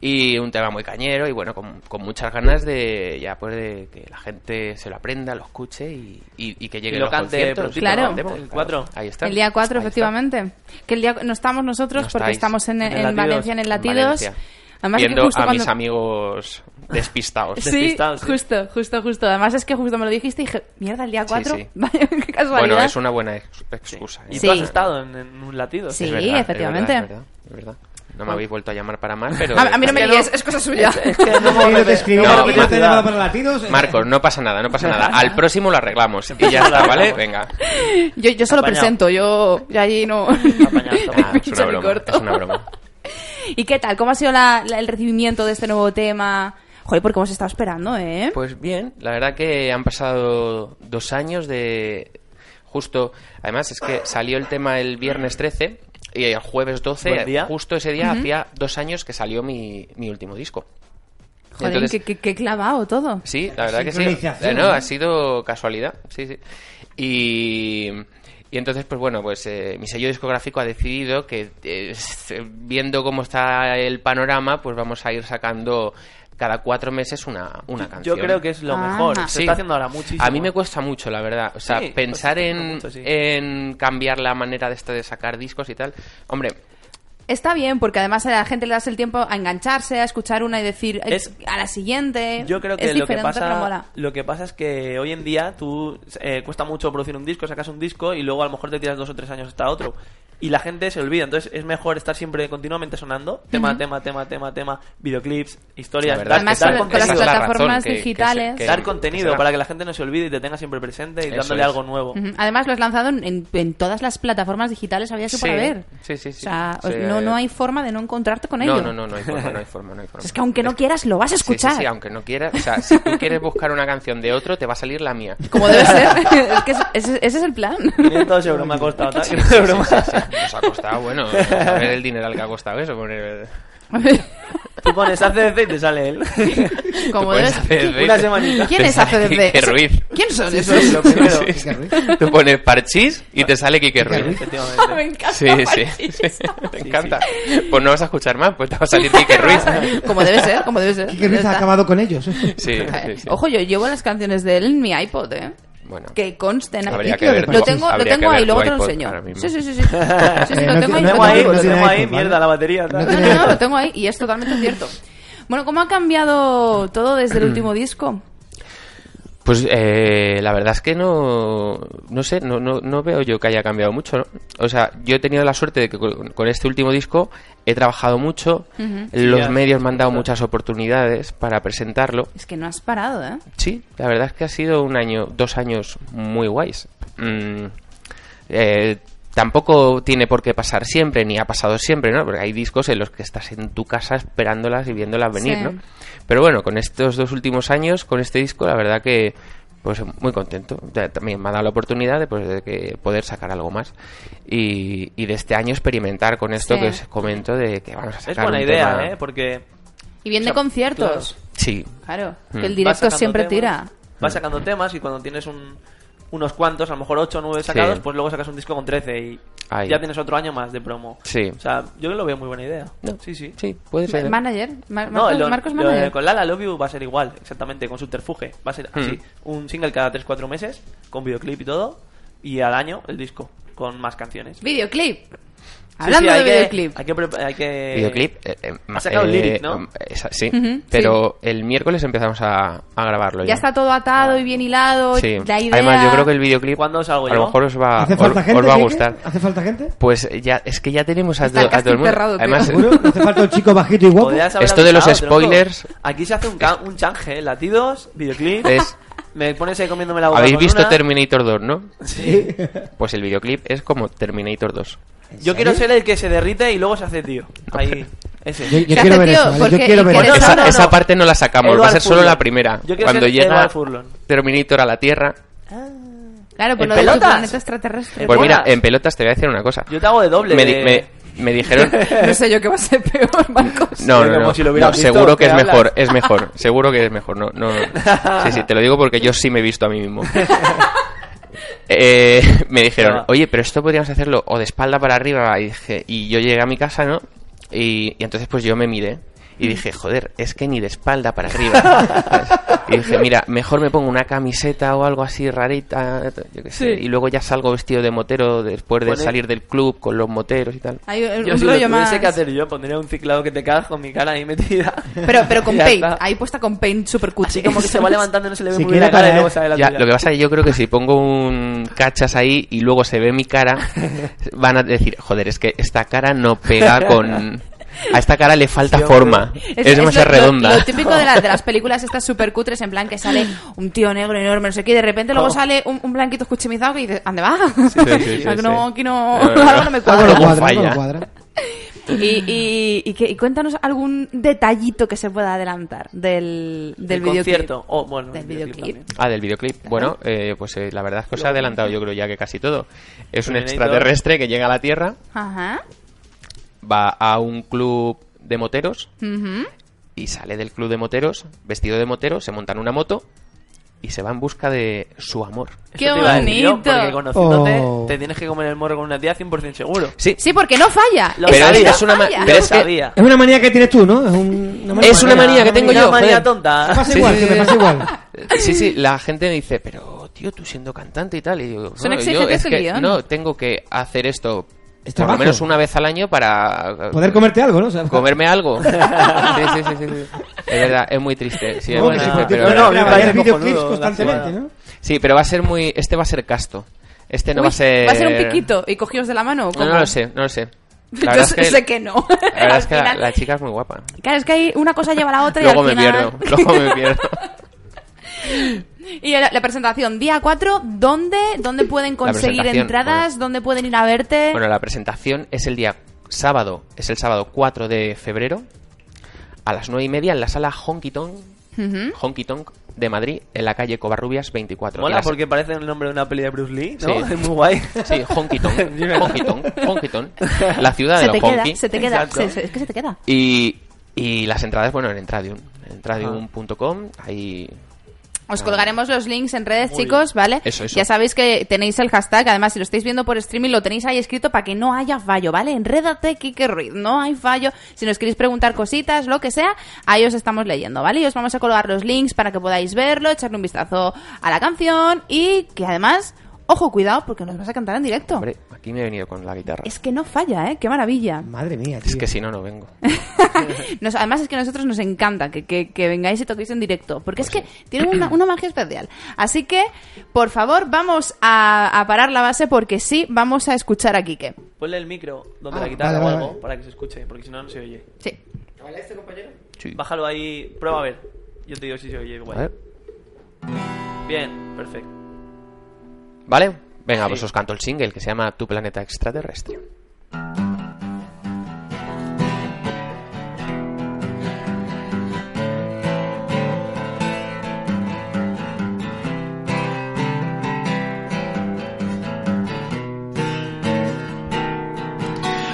Speaker 7: y un tema muy cañero y bueno, con, con muchas ganas de ya pues de que la gente se lo aprenda, lo escuche y, y- y que llegue
Speaker 4: Y lo
Speaker 7: los
Speaker 4: cante
Speaker 7: conciertos.
Speaker 4: prontito,
Speaker 3: Claro. ¿no?
Speaker 7: Lo cantemos,
Speaker 4: El cuatro.
Speaker 7: Ahí está.
Speaker 3: El día 4,
Speaker 7: Ahí está.
Speaker 3: efectivamente. Que el día no estamos nosotros
Speaker 7: No
Speaker 3: porque
Speaker 7: estáis.
Speaker 3: estamos en,
Speaker 4: En el
Speaker 3: en
Speaker 4: Latidos.
Speaker 3: Valencia en el
Speaker 7: En
Speaker 3: Latidos.
Speaker 7: Valencia.
Speaker 3: Además es que
Speaker 7: Viendo
Speaker 3: justo
Speaker 7: a
Speaker 3: cuando-
Speaker 7: mis amigos despistados.
Speaker 3: Sí,
Speaker 4: Despistados, sí.
Speaker 3: justo, justo, justo. Además es que justo me lo dijiste y dije, mierda, el día 4.
Speaker 7: sí.
Speaker 3: Vaya, qué casualidad.
Speaker 7: Bueno, es una buena ex- excusa.
Speaker 4: Y
Speaker 7: ¿eh?
Speaker 3: Sí.
Speaker 4: tú has estado en, en un latido.
Speaker 3: Sí.
Speaker 7: Es verdad,
Speaker 3: efectivamente.
Speaker 7: Es verdad, es verdad, es verdad. No me habéis vuelto a llamar para más, pero...
Speaker 3: A, a mí no me
Speaker 4: Es que
Speaker 3: líes,
Speaker 4: no-
Speaker 3: es cosa suya.
Speaker 5: Yo te escribí para
Speaker 7: no,
Speaker 5: que yo te
Speaker 4: Marta.
Speaker 5: llamaba para eh. latidos.
Speaker 7: Marcos, no pasa nada, no pasa nada. Al próximo lo arreglamos y ya está, ¿vale? Venga.
Speaker 3: yo, yo solo
Speaker 4: Apañado.
Speaker 3: presento, yo, yo allí no.
Speaker 4: Apañado, apañado.
Speaker 7: Ah, es
Speaker 3: Pincho
Speaker 7: una
Speaker 3: ni
Speaker 7: broma,
Speaker 3: corto.
Speaker 7: es una broma.
Speaker 3: ¿Y qué tal? ¿Cómo ha sido la- la- el recibimiento de este nuevo tema? Joder, porque hemos estado esperando, ¿eh?
Speaker 7: Pues bien, la verdad que han pasado dos años de... Justo, además es que salió el tema el viernes 13 y el jueves 12,
Speaker 4: Buen día.
Speaker 7: justo ese día, hacía dos años que salió mi, mi último disco.
Speaker 3: Joder,
Speaker 7: entonces-
Speaker 3: qué, qué- qué clavado todo.
Speaker 7: Sí, la verdad que sí.
Speaker 5: sincronización,
Speaker 7: Eh, no,
Speaker 5: ¿no?
Speaker 7: ha sido casualidad, sí, sí. Y, Y entonces, pues bueno, pues eh, mi sello discográfico ha decidido que eh, viendo cómo está el panorama, pues vamos a ir sacando cada cuatro meses una, una canción.
Speaker 4: Yo creo que es lo
Speaker 3: Ah.
Speaker 4: mejor. Se
Speaker 7: Sí.
Speaker 4: está haciendo ahora muchísimo.
Speaker 7: A mí me cuesta mucho, la verdad. O sea,
Speaker 4: Sí,
Speaker 7: pensar
Speaker 4: pues,
Speaker 7: en,
Speaker 4: mucho, sí.
Speaker 7: en cambiar la manera de esta de sacar discos y tal. Hombre,
Speaker 3: Está bien, porque además a la gente le das el tiempo a engancharse, a escuchar una y decir "Ay,
Speaker 4: Es-
Speaker 3: a la siguiente.
Speaker 4: Yo creo que
Speaker 3: es
Speaker 4: lo que
Speaker 3: diferente, pero mola.
Speaker 4: pasa lo que pasa es que hoy en día tú eh, cuesta mucho producir un disco, sacas un disco y luego a lo mejor te tiras dos o tres años hasta otro y la gente se olvida. Entonces es mejor estar siempre continuamente sonando tema tema tema tema tema videoclips historias
Speaker 7: La verdad
Speaker 4: dar,
Speaker 3: Además,
Speaker 7: es que
Speaker 4: dar
Speaker 3: con- con las
Speaker 7: esa es
Speaker 4: contenido,
Speaker 7: la
Speaker 3: plataformas
Speaker 7: razón, que- que se-
Speaker 3: digitales.
Speaker 7: que-
Speaker 4: dar
Speaker 7: que se
Speaker 4: contenido
Speaker 7: da.
Speaker 4: para que la gente no se olvide y te tenga siempre presente y
Speaker 7: Eso
Speaker 4: dándole
Speaker 7: es.
Speaker 4: algo nuevo.
Speaker 3: Ujú. Además, lo has lanzado en, en- en todas las plataformas digitales, había que
Speaker 7: Sí,
Speaker 3: para ver.
Speaker 7: sí, sí, sí.
Speaker 3: O sea, os-
Speaker 7: Sí,
Speaker 3: no,
Speaker 7: eh,
Speaker 3: no hay forma de no encontrarte con
Speaker 7: no,
Speaker 3: ello.
Speaker 7: no, no, no hay forma, no hay forma, no hay forma.
Speaker 3: Es que aunque no quieras, lo vas a
Speaker 7: Sí, sí,
Speaker 3: escuchar.
Speaker 7: sí, aunque no quieras. O sea, si tú quieres buscar una canción de otro, te va a salir la mía.
Speaker 3: Como debe ser. es que es- ese, ese es el plan.
Speaker 4: 500 euros me ha costado. tal,
Speaker 7: Sí,
Speaker 4: 500
Speaker 7: sí,
Speaker 4: euros.
Speaker 7: sí, sí, sí. Nos ha costado, bueno, a ver el dinero al que ha costado eso. poner-
Speaker 4: Tú pones ACDC y te sale él.
Speaker 3: Como
Speaker 7: Tú
Speaker 3: debe
Speaker 7: puedes
Speaker 3: ser.
Speaker 7: hacer de-
Speaker 4: Una semanita.
Speaker 3: ¿Quién es
Speaker 7: Pensar en
Speaker 3: ACDC?
Speaker 7: Quique Ruiz.
Speaker 3: ¿Quién son
Speaker 4: Sí,
Speaker 3: esos?
Speaker 4: sí, lo primero.
Speaker 7: Sí,
Speaker 5: Quique Ruiz.
Speaker 7: Tú pones parchís y te sale Quique Ruiz.
Speaker 4: Efectivamente.
Speaker 3: Me encanta.
Speaker 7: Sí, sí, sí. Te encanta. Pues no vas a escuchar más, pues te va a salir Quique Ruiz.
Speaker 3: Como debe ser, como debe ser.
Speaker 5: Quique Ruiz
Speaker 3: Ya
Speaker 5: ha
Speaker 3: está.
Speaker 5: acabado con ellos.
Speaker 7: Sí, sí,
Speaker 3: Eh,
Speaker 7: sí.
Speaker 3: Ojo, yo llevo las canciones de él en mi iPod, ¿eh?
Speaker 7: Bueno.
Speaker 3: Que consten.
Speaker 7: Habría
Speaker 3: aquí.
Speaker 7: que ver tu-
Speaker 3: lo tengo, lo
Speaker 7: habría
Speaker 3: tengo
Speaker 7: que
Speaker 3: ahí,
Speaker 7: ver
Speaker 3: luego
Speaker 7: tu
Speaker 3: te lo
Speaker 7: iPod
Speaker 3: enseño.
Speaker 7: ahora mismo.
Speaker 3: Sí, sí, sí. sí. Sí, sí,
Speaker 5: Eh,
Speaker 3: lo
Speaker 5: no
Speaker 3: tengo
Speaker 5: tiene-
Speaker 3: ahí.
Speaker 4: Tengo ahí,
Speaker 5: No
Speaker 4: lo
Speaker 5: tiene
Speaker 4: tengo ahí,
Speaker 5: iPhone, ¿vale?
Speaker 4: mierda, la batería.
Speaker 5: No
Speaker 4: tal.
Speaker 3: No, no, no, lo tengo ahí y es totalmente cierto. Bueno, ¿cómo ha cambiado todo desde
Speaker 7: Mm.
Speaker 3: el último disco?
Speaker 7: Pues eh, la verdad es que no, no sé, no, no, no veo yo que haya cambiado mucho. ¿no? O sea, yo he tenido la suerte de que con, con este último disco he trabajado mucho, los
Speaker 4: Sí, ya.
Speaker 7: medios me han dado muchas oportunidades para presentarlo.
Speaker 3: Es que no has parado, ¿eh?
Speaker 7: Sí, la verdad es que ha sido un año, dos años muy guays. Mm, eh, tampoco tiene por qué pasar siempre, ni ha pasado siempre, ¿no? Porque hay discos en los que estás en tu casa esperándolas y viéndolas venir,
Speaker 3: Sí.
Speaker 7: ¿no? Pero bueno, con estos dos últimos años, con este disco, la verdad que pues muy contento. Ya También me ha dado la oportunidad de, pues, de que poder sacar algo más. Y, y de este año experimentar con esto
Speaker 3: Sí.
Speaker 7: que os comento de que vamos a sacar
Speaker 4: Es buena
Speaker 7: un
Speaker 4: idea,
Speaker 7: tema-
Speaker 4: ¿eh? Porque
Speaker 3: Y bien de
Speaker 4: O sea,
Speaker 3: conciertos.
Speaker 7: Sí,
Speaker 3: Claro,
Speaker 7: Mm.
Speaker 3: que el
Speaker 4: vas
Speaker 3: directo
Speaker 4: sacando
Speaker 3: siempre
Speaker 4: temas,
Speaker 3: tira.
Speaker 4: Vas sacando temas y cuando tienes un- unos cuantos, a lo mejor 8 o 9 sacados, pues luego sacas un disco con 13 y
Speaker 7: Ahí.
Speaker 4: ya tienes otro año más de promo.
Speaker 7: Sí.
Speaker 4: O sea, yo lo veo muy buena idea.
Speaker 7: No.
Speaker 4: Sí, sí.
Speaker 7: sí, puede ser. ¿eh?
Speaker 3: Manager, Mar-
Speaker 4: No,
Speaker 3: Marcos,
Speaker 4: lo-
Speaker 3: Marcos
Speaker 4: lo-
Speaker 3: Manager.
Speaker 4: con Lala Love You va a ser igual, exactamente, con subterfuge. Va a ser así,
Speaker 7: Mm.
Speaker 4: un single cada 3-4 meses, con videoclip y todo, y al año el disco, con más canciones. Sí,
Speaker 3: Videoclip.
Speaker 4: sí,
Speaker 3: Hablando
Speaker 4: hay
Speaker 3: de
Speaker 4: que-
Speaker 3: videoclip.
Speaker 4: hay que pre- hay que-
Speaker 7: videoclip. eh, eh, ma-
Speaker 4: sacado
Speaker 7: eh,
Speaker 4: lyric, ¿no?
Speaker 7: esa- sí,
Speaker 3: Ujú,
Speaker 7: pero el miércoles empezamos a, a grabarlo.
Speaker 3: ya.
Speaker 7: Ya,
Speaker 3: está todo atado y bien hilado.
Speaker 7: Sí.
Speaker 3: La idea.
Speaker 7: Además, yo creo que el videoclip
Speaker 4: ¿Cuándo os hago
Speaker 7: a
Speaker 4: yo?
Speaker 7: lo mejor os va,
Speaker 5: ¿Hace
Speaker 7: Ah, os,
Speaker 5: falta gente?
Speaker 7: os va a
Speaker 5: Quique?
Speaker 7: gustar.
Speaker 5: ¿Hace falta gente?
Speaker 7: Pues ya, es que ya tenemos a,
Speaker 3: Está
Speaker 7: to- a
Speaker 3: casi
Speaker 7: todo el mundo.
Speaker 3: cerrado, creo.
Speaker 7: Además,
Speaker 5: ¿Seguro? ¿No hace falta un chico bajito y guapo?
Speaker 4: Podrías haber
Speaker 7: Esto de los
Speaker 4: avisado, tronco.
Speaker 7: spoilers-
Speaker 4: Aquí se hace un, ca- un change, ¿eh? latidos, videoclip.
Speaker 7: Es-
Speaker 4: Me pones ahí comiéndome la boca.
Speaker 7: habéis
Speaker 4: con
Speaker 7: visto
Speaker 4: una.
Speaker 7: Terminator 2, ¿no?
Speaker 4: Sí.
Speaker 7: Pues el videoclip es como Terminator 2.
Speaker 4: Yo quiero ser el que se derrite y luego se hace tío. Ahí, ese.
Speaker 5: Yo, yo
Speaker 3: Fíjate,
Speaker 5: quiero ver
Speaker 3: tío,
Speaker 5: eso, ¿vale?
Speaker 3: porque
Speaker 5: Yo quiero ver
Speaker 3: Quique
Speaker 5: eso.
Speaker 3: Bueno,
Speaker 7: esa,
Speaker 3: no, no,
Speaker 7: esa
Speaker 3: no.
Speaker 7: parte no la sacamos, va a
Speaker 4: Edward
Speaker 7: ser solo
Speaker 4: Furlong.
Speaker 7: la primera.
Speaker 4: Yo quiero
Speaker 7: Cuando
Speaker 4: ser
Speaker 7: llega
Speaker 4: Edward Furlong.
Speaker 7: Terminator a la Tierra.
Speaker 3: Claro, por
Speaker 4: ¿En
Speaker 3: lo del
Speaker 4: pelotas?
Speaker 3: planeta extraterrestre.
Speaker 7: Pues mira,
Speaker 4: bolas.
Speaker 7: en pelotas te voy a decir una cosa.
Speaker 4: Yo te hago de doble.
Speaker 7: Me, di-
Speaker 4: de-
Speaker 7: me- me dijeron
Speaker 3: No sé yo qué va a ser peor, Marcos.
Speaker 7: No,
Speaker 4: Sí,
Speaker 7: no,
Speaker 4: como
Speaker 7: no.
Speaker 4: si lo hubieras
Speaker 7: No,
Speaker 4: visto,
Speaker 7: seguro que
Speaker 4: ¿qué
Speaker 7: es
Speaker 4: hablas?
Speaker 7: mejor, es mejor. Seguro que es mejor. No, no. Sí, sí, te lo digo porque yo sí me he visto a mí mismo. Eh, me dijeron,
Speaker 4: Claro.
Speaker 7: oye, pero esto podríamos hacerlo o de espalda para arriba. Y dije, y yo llegué a mi casa, ¿no? Y, y entonces pues yo me miré. Y dije, joder, es que ni de espalda para arriba. Y dije, mira, mejor me pongo una camiseta o algo así rarita, yo qué sé.
Speaker 3: Sí.
Speaker 7: Y luego ya salgo vestido de motero después de
Speaker 4: Pone-
Speaker 7: salir del club con los moteros y tal.
Speaker 3: Hay un
Speaker 4: Yo si lo
Speaker 3: rollo
Speaker 4: tuviese
Speaker 3: más.
Speaker 4: que hacer yo, pondría un ciclado que te cagas con mi cara ahí metida.
Speaker 3: Pero, pero con
Speaker 4: Ya
Speaker 3: paint.
Speaker 4: está.
Speaker 3: Ahí puesta con paint super cuchi.
Speaker 4: Así como que se va levantando y no se le ve
Speaker 5: Se
Speaker 4: muy bien la
Speaker 5: queda
Speaker 4: cara y
Speaker 5: para
Speaker 4: luego
Speaker 5: él.
Speaker 4: sale la
Speaker 7: Ya,
Speaker 4: tuya.
Speaker 7: lo que pasa es que yo creo que si pongo un cachas ahí y luego se ve mi cara, van a decir, joder, es que esta cara no pega con... A esta cara le falta
Speaker 4: Sí, hombre.
Speaker 7: forma. Es, demasiado
Speaker 3: lo- lo-
Speaker 7: redonda.
Speaker 3: Lo, típico de, la- de las películas estas super cutres, en plan que sale un tío negro enorme, no sé qué, y de repente luego
Speaker 4: Oh.
Speaker 3: sale un, un blanquito escuchimizado y dices, ¿dónde va?
Speaker 7: sí, sí, sí,
Speaker 3: Aquí no,
Speaker 7: sí.
Speaker 3: aquí no,
Speaker 7: No, no, no.
Speaker 3: algo no me
Speaker 5: Algo no
Speaker 7: Algo
Speaker 3: cuadra.
Speaker 5: Ah, cuadra, algo
Speaker 7: falla.
Speaker 5: no cuadra.
Speaker 3: Y, y, y que- y cuéntanos algún detallito que se pueda adelantar del, del
Speaker 4: El
Speaker 3: videoclip.
Speaker 4: concierto. Oh, bueno,
Speaker 3: Del
Speaker 4: el videoclip
Speaker 3: videoclip.
Speaker 4: también.
Speaker 7: Ah, del videoclip. Bueno, eh, pues eh, la verdad es que os he adelantado yo creo ya que casi todo. Es un
Speaker 4: Terminator.
Speaker 7: extraterrestre que llega a la Tierra,
Speaker 3: Ajá.
Speaker 7: va a un club de moteros
Speaker 3: Ujú.
Speaker 7: y sale del club de moteros, vestido de motero, se monta en una moto
Speaker 8: y se va en busca de su amor.
Speaker 4: Eso
Speaker 3: ¡Qué
Speaker 4: te iba a decir yo,
Speaker 3: bonito!
Speaker 4: porque conociéndote,
Speaker 5: Oh.
Speaker 4: te tienes que comer el morro con una tía 100% seguro.
Speaker 8: Sí,
Speaker 3: Sí, porque no falla.
Speaker 4: Lo
Speaker 3: Es
Speaker 8: pero
Speaker 3: que
Speaker 4: sabía.
Speaker 3: no
Speaker 8: es una, ma-
Speaker 3: falla.
Speaker 8: pero es
Speaker 4: Lo
Speaker 8: que
Speaker 4: sabía.
Speaker 5: Es una manía que tienes tú, ¿no? Es un- una
Speaker 8: Es una manía que tengo
Speaker 4: Una
Speaker 8: yo,
Speaker 4: manía
Speaker 8: joder.
Speaker 5: Me
Speaker 4: tonta.
Speaker 5: pasa
Speaker 8: Sí,
Speaker 5: igual,
Speaker 8: sí,
Speaker 5: que
Speaker 8: sí.
Speaker 5: me pasa igual.
Speaker 8: Sí, sí, la gente me dice, pero tío, tú siendo cantante y tal. Y digo,
Speaker 3: Son
Speaker 8: no,
Speaker 3: exigentes
Speaker 8: yo es
Speaker 3: el
Speaker 8: que
Speaker 3: guión.
Speaker 8: no, tengo que hacer esto
Speaker 5: Es
Speaker 8: por
Speaker 5: trabajo.
Speaker 8: lo menos una vez al año para
Speaker 5: Poder comerte algo, ¿no? O sea,
Speaker 8: comerme algo. sí, sí, sí, sí, sí. Es verdad, es muy triste. Sí, es
Speaker 5: como
Speaker 8: muy
Speaker 4: bueno,
Speaker 5: que sí,
Speaker 8: triste,
Speaker 5: porque
Speaker 8: pero,
Speaker 5: tú
Speaker 4: no, no,
Speaker 5: grabas
Speaker 4: me parece
Speaker 5: videoclips
Speaker 4: cojonudo,
Speaker 5: constantemente,
Speaker 4: la
Speaker 5: ¿no?
Speaker 8: Sí, pero va a ser muy. Este va a ser casto. Este no
Speaker 3: Uy,
Speaker 8: va a ser.
Speaker 3: un piquito y cogidos de la mano. ¿o
Speaker 8: No, no
Speaker 3: cómo?
Speaker 8: lo sé, no lo sé.
Speaker 3: Yo
Speaker 8: La verdad es
Speaker 3: sé-
Speaker 8: que,
Speaker 3: sé que no.
Speaker 8: la, verdad es
Speaker 3: Al
Speaker 8: que la-
Speaker 3: final-
Speaker 8: la chica es muy guapa.
Speaker 3: Claro, es que hay una cosa lleva a la otra y
Speaker 8: Luego
Speaker 3: al
Speaker 8: me
Speaker 3: final-
Speaker 8: pierdo, luego me pierdo.
Speaker 3: Y la, la presentación, día 4, ¿dónde, dónde pueden conseguir
Speaker 8: presentación, pues.
Speaker 3: entradas? ¿Dónde pueden ir a verte?
Speaker 8: Bueno, la presentación es el día sábado, es el sábado 4 de febrero, a las 9 y media en la sala Honky Tonk,
Speaker 3: Ujú.
Speaker 8: Honky Tonk de Madrid, en la calle Covarrubias 24.
Speaker 4: Mola
Speaker 8: Las-
Speaker 4: porque parece el nombre de una peli de Bruce Lee, ¿no?
Speaker 8: Sí.
Speaker 4: Es muy guay.
Speaker 8: Sí, Honky Tonk, Honky Tonk, Honky Tonk, la ciudad
Speaker 3: se
Speaker 8: de
Speaker 3: te
Speaker 8: los
Speaker 3: queda,
Speaker 8: honky.
Speaker 3: se te queda,
Speaker 4: Exacto.
Speaker 3: se- se- es que se te queda.
Speaker 8: Y, y las entradas, bueno, en Entradium, en entradium.com, ahí...
Speaker 3: Os colgaremos los links en redes, chicos, ¿vale?
Speaker 8: Eso, eso.
Speaker 3: Ya sabéis que tenéis el hashtag, además, si lo estáis viendo por streaming, lo tenéis ahí escrito para que no haya fallo, ¿vale? Enrédate, Kike Ruiz, no hay fallo. Si nos queréis preguntar cositas, lo que sea, ahí os estamos leyendo, ¿vale? Y os vamos a colgar los links para que podáis verlo, echarle un vistazo a la canción y que además, ojo, cuidado, porque nos vas a cantar en directo.
Speaker 8: Hombre, aquí me he venido con la guitarra.
Speaker 3: Es que no falla, ¿eh? Qué maravilla.
Speaker 5: Madre mía, tío.
Speaker 8: Es que si no, no vengo.
Speaker 3: Nos- además es que a nosotros nos encanta que, que- que vengáis y toquéis en directo, porque
Speaker 4: Pues
Speaker 3: es que tienen una, una magia especial. Así que, por favor, vamos a, a parar la base porque sí, vamos a escuchar a Quique.
Speaker 4: Ponle el micro donde
Speaker 5: Ah,
Speaker 4: la guitarra
Speaker 5: vale,
Speaker 4: o
Speaker 5: vale,
Speaker 4: algo
Speaker 5: vale.
Speaker 4: para que se escuche, porque si no, no se oye.
Speaker 3: Sí.
Speaker 8: Sí.
Speaker 4: Bájalo ahí, prueba a ver. Yo te digo si se oye guay.
Speaker 8: A ver.
Speaker 4: Bien, perfecto.
Speaker 8: ¿Vale? Venga,
Speaker 4: Sí.
Speaker 8: pues os canto el single que se llama Tu planeta extraterrestre.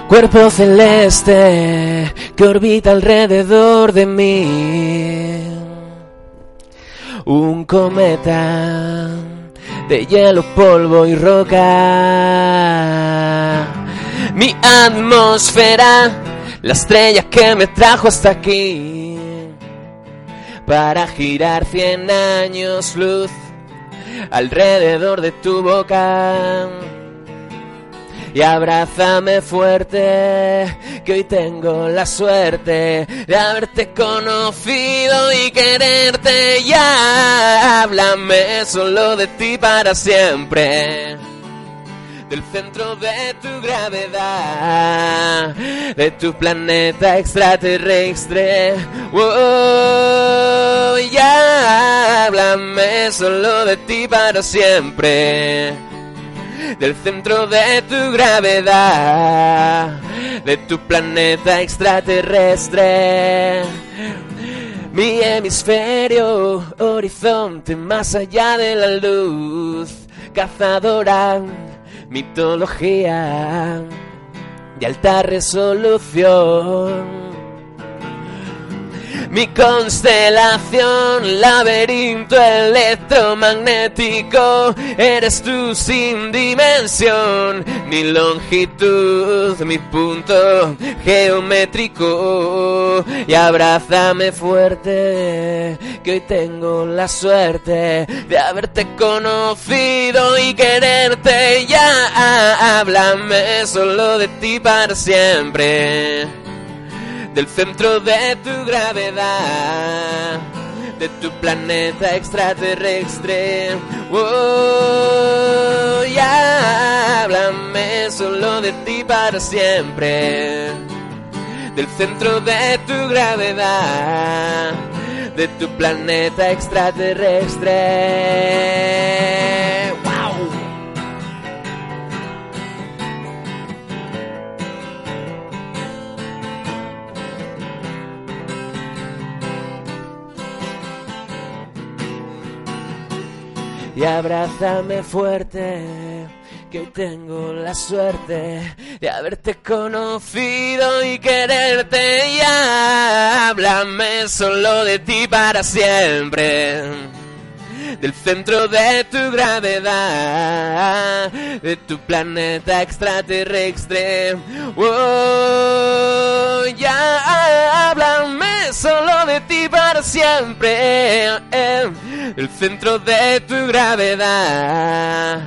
Speaker 7: Cuerpo celeste que orbita alrededor de mí. Un cometa de hielo, polvo y roca. Mi atmósfera, la estrella que me trajo hasta aquí. Para girar cien años luz alrededor de tu boca y abrázame fuerte, que hoy tengo la suerte de haberte conocido y quererte ya. Háblame solo de ti para siempre. Del centro de tu gravedad, de tu planeta extraterrestre. Oh, ya háblame solo de ti para siempre del centro de tu gravedad, de tu planeta extraterrestre. Mi hemisferio, horizonte más allá de la luz, cazadora, mitología de alta resolución. Mi constelación, laberinto electromagnético, eres tú sin dimensión, mi longitud, mi punto geométrico. Y abrázame fuerte, que hoy tengo la suerte de haberte conocido y quererte ya. Háblame solo de ti para siempre del centro de tu gravedad, de tu planeta extraterrestre. Oh, ya háblame solo de ti para siempre, del centro de tu gravedad, de tu planeta extraterrestre. ¡Wow! y abrázame fuerte. Que hoy tengo la suerte de haberte conocido y quererte ya. Háblame solo de ti para siempre
Speaker 9: del centro de tu gravedad, de tu planeta extraterrestre. Oh, ya háblame solo de ti para siempre, eh, del centro de tu gravedad,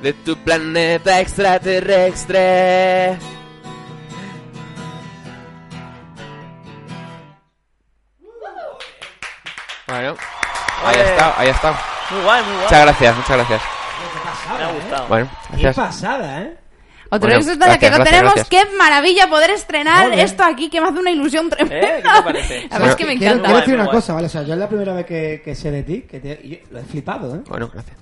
Speaker 9: de tu planeta extraterrestre.
Speaker 7: Bueno, ahí ha estado, ahí ha estado.
Speaker 4: Muy guay, muy
Speaker 7: Muchas
Speaker 4: guay.
Speaker 7: gracias, muchas gracias.
Speaker 4: Me ha gustado.
Speaker 7: Bueno,
Speaker 5: Qué
Speaker 7: gracias.
Speaker 5: pasada, ¿eh?
Speaker 3: Otro
Speaker 7: Bueno,
Speaker 3: éxito de la que
Speaker 7: gracias,
Speaker 3: no
Speaker 7: gracias,
Speaker 3: tenemos.
Speaker 7: gracias.
Speaker 3: Qué maravilla poder estrenar
Speaker 5: Muy bien.
Speaker 3: esto aquí, que me hace una ilusión tremenda.
Speaker 4: ¿Eh? ¿Qué te parece?
Speaker 3: La verdad es que me
Speaker 5: Quiero,
Speaker 3: encanta.
Speaker 5: quiero decir
Speaker 4: Guay,
Speaker 5: una
Speaker 4: guay.
Speaker 5: cosa, ¿vale? O sea, yo es la primera vez que, que sé de ti, que te- y yo- lo he flipado, ¿eh?
Speaker 7: Bueno, gracias.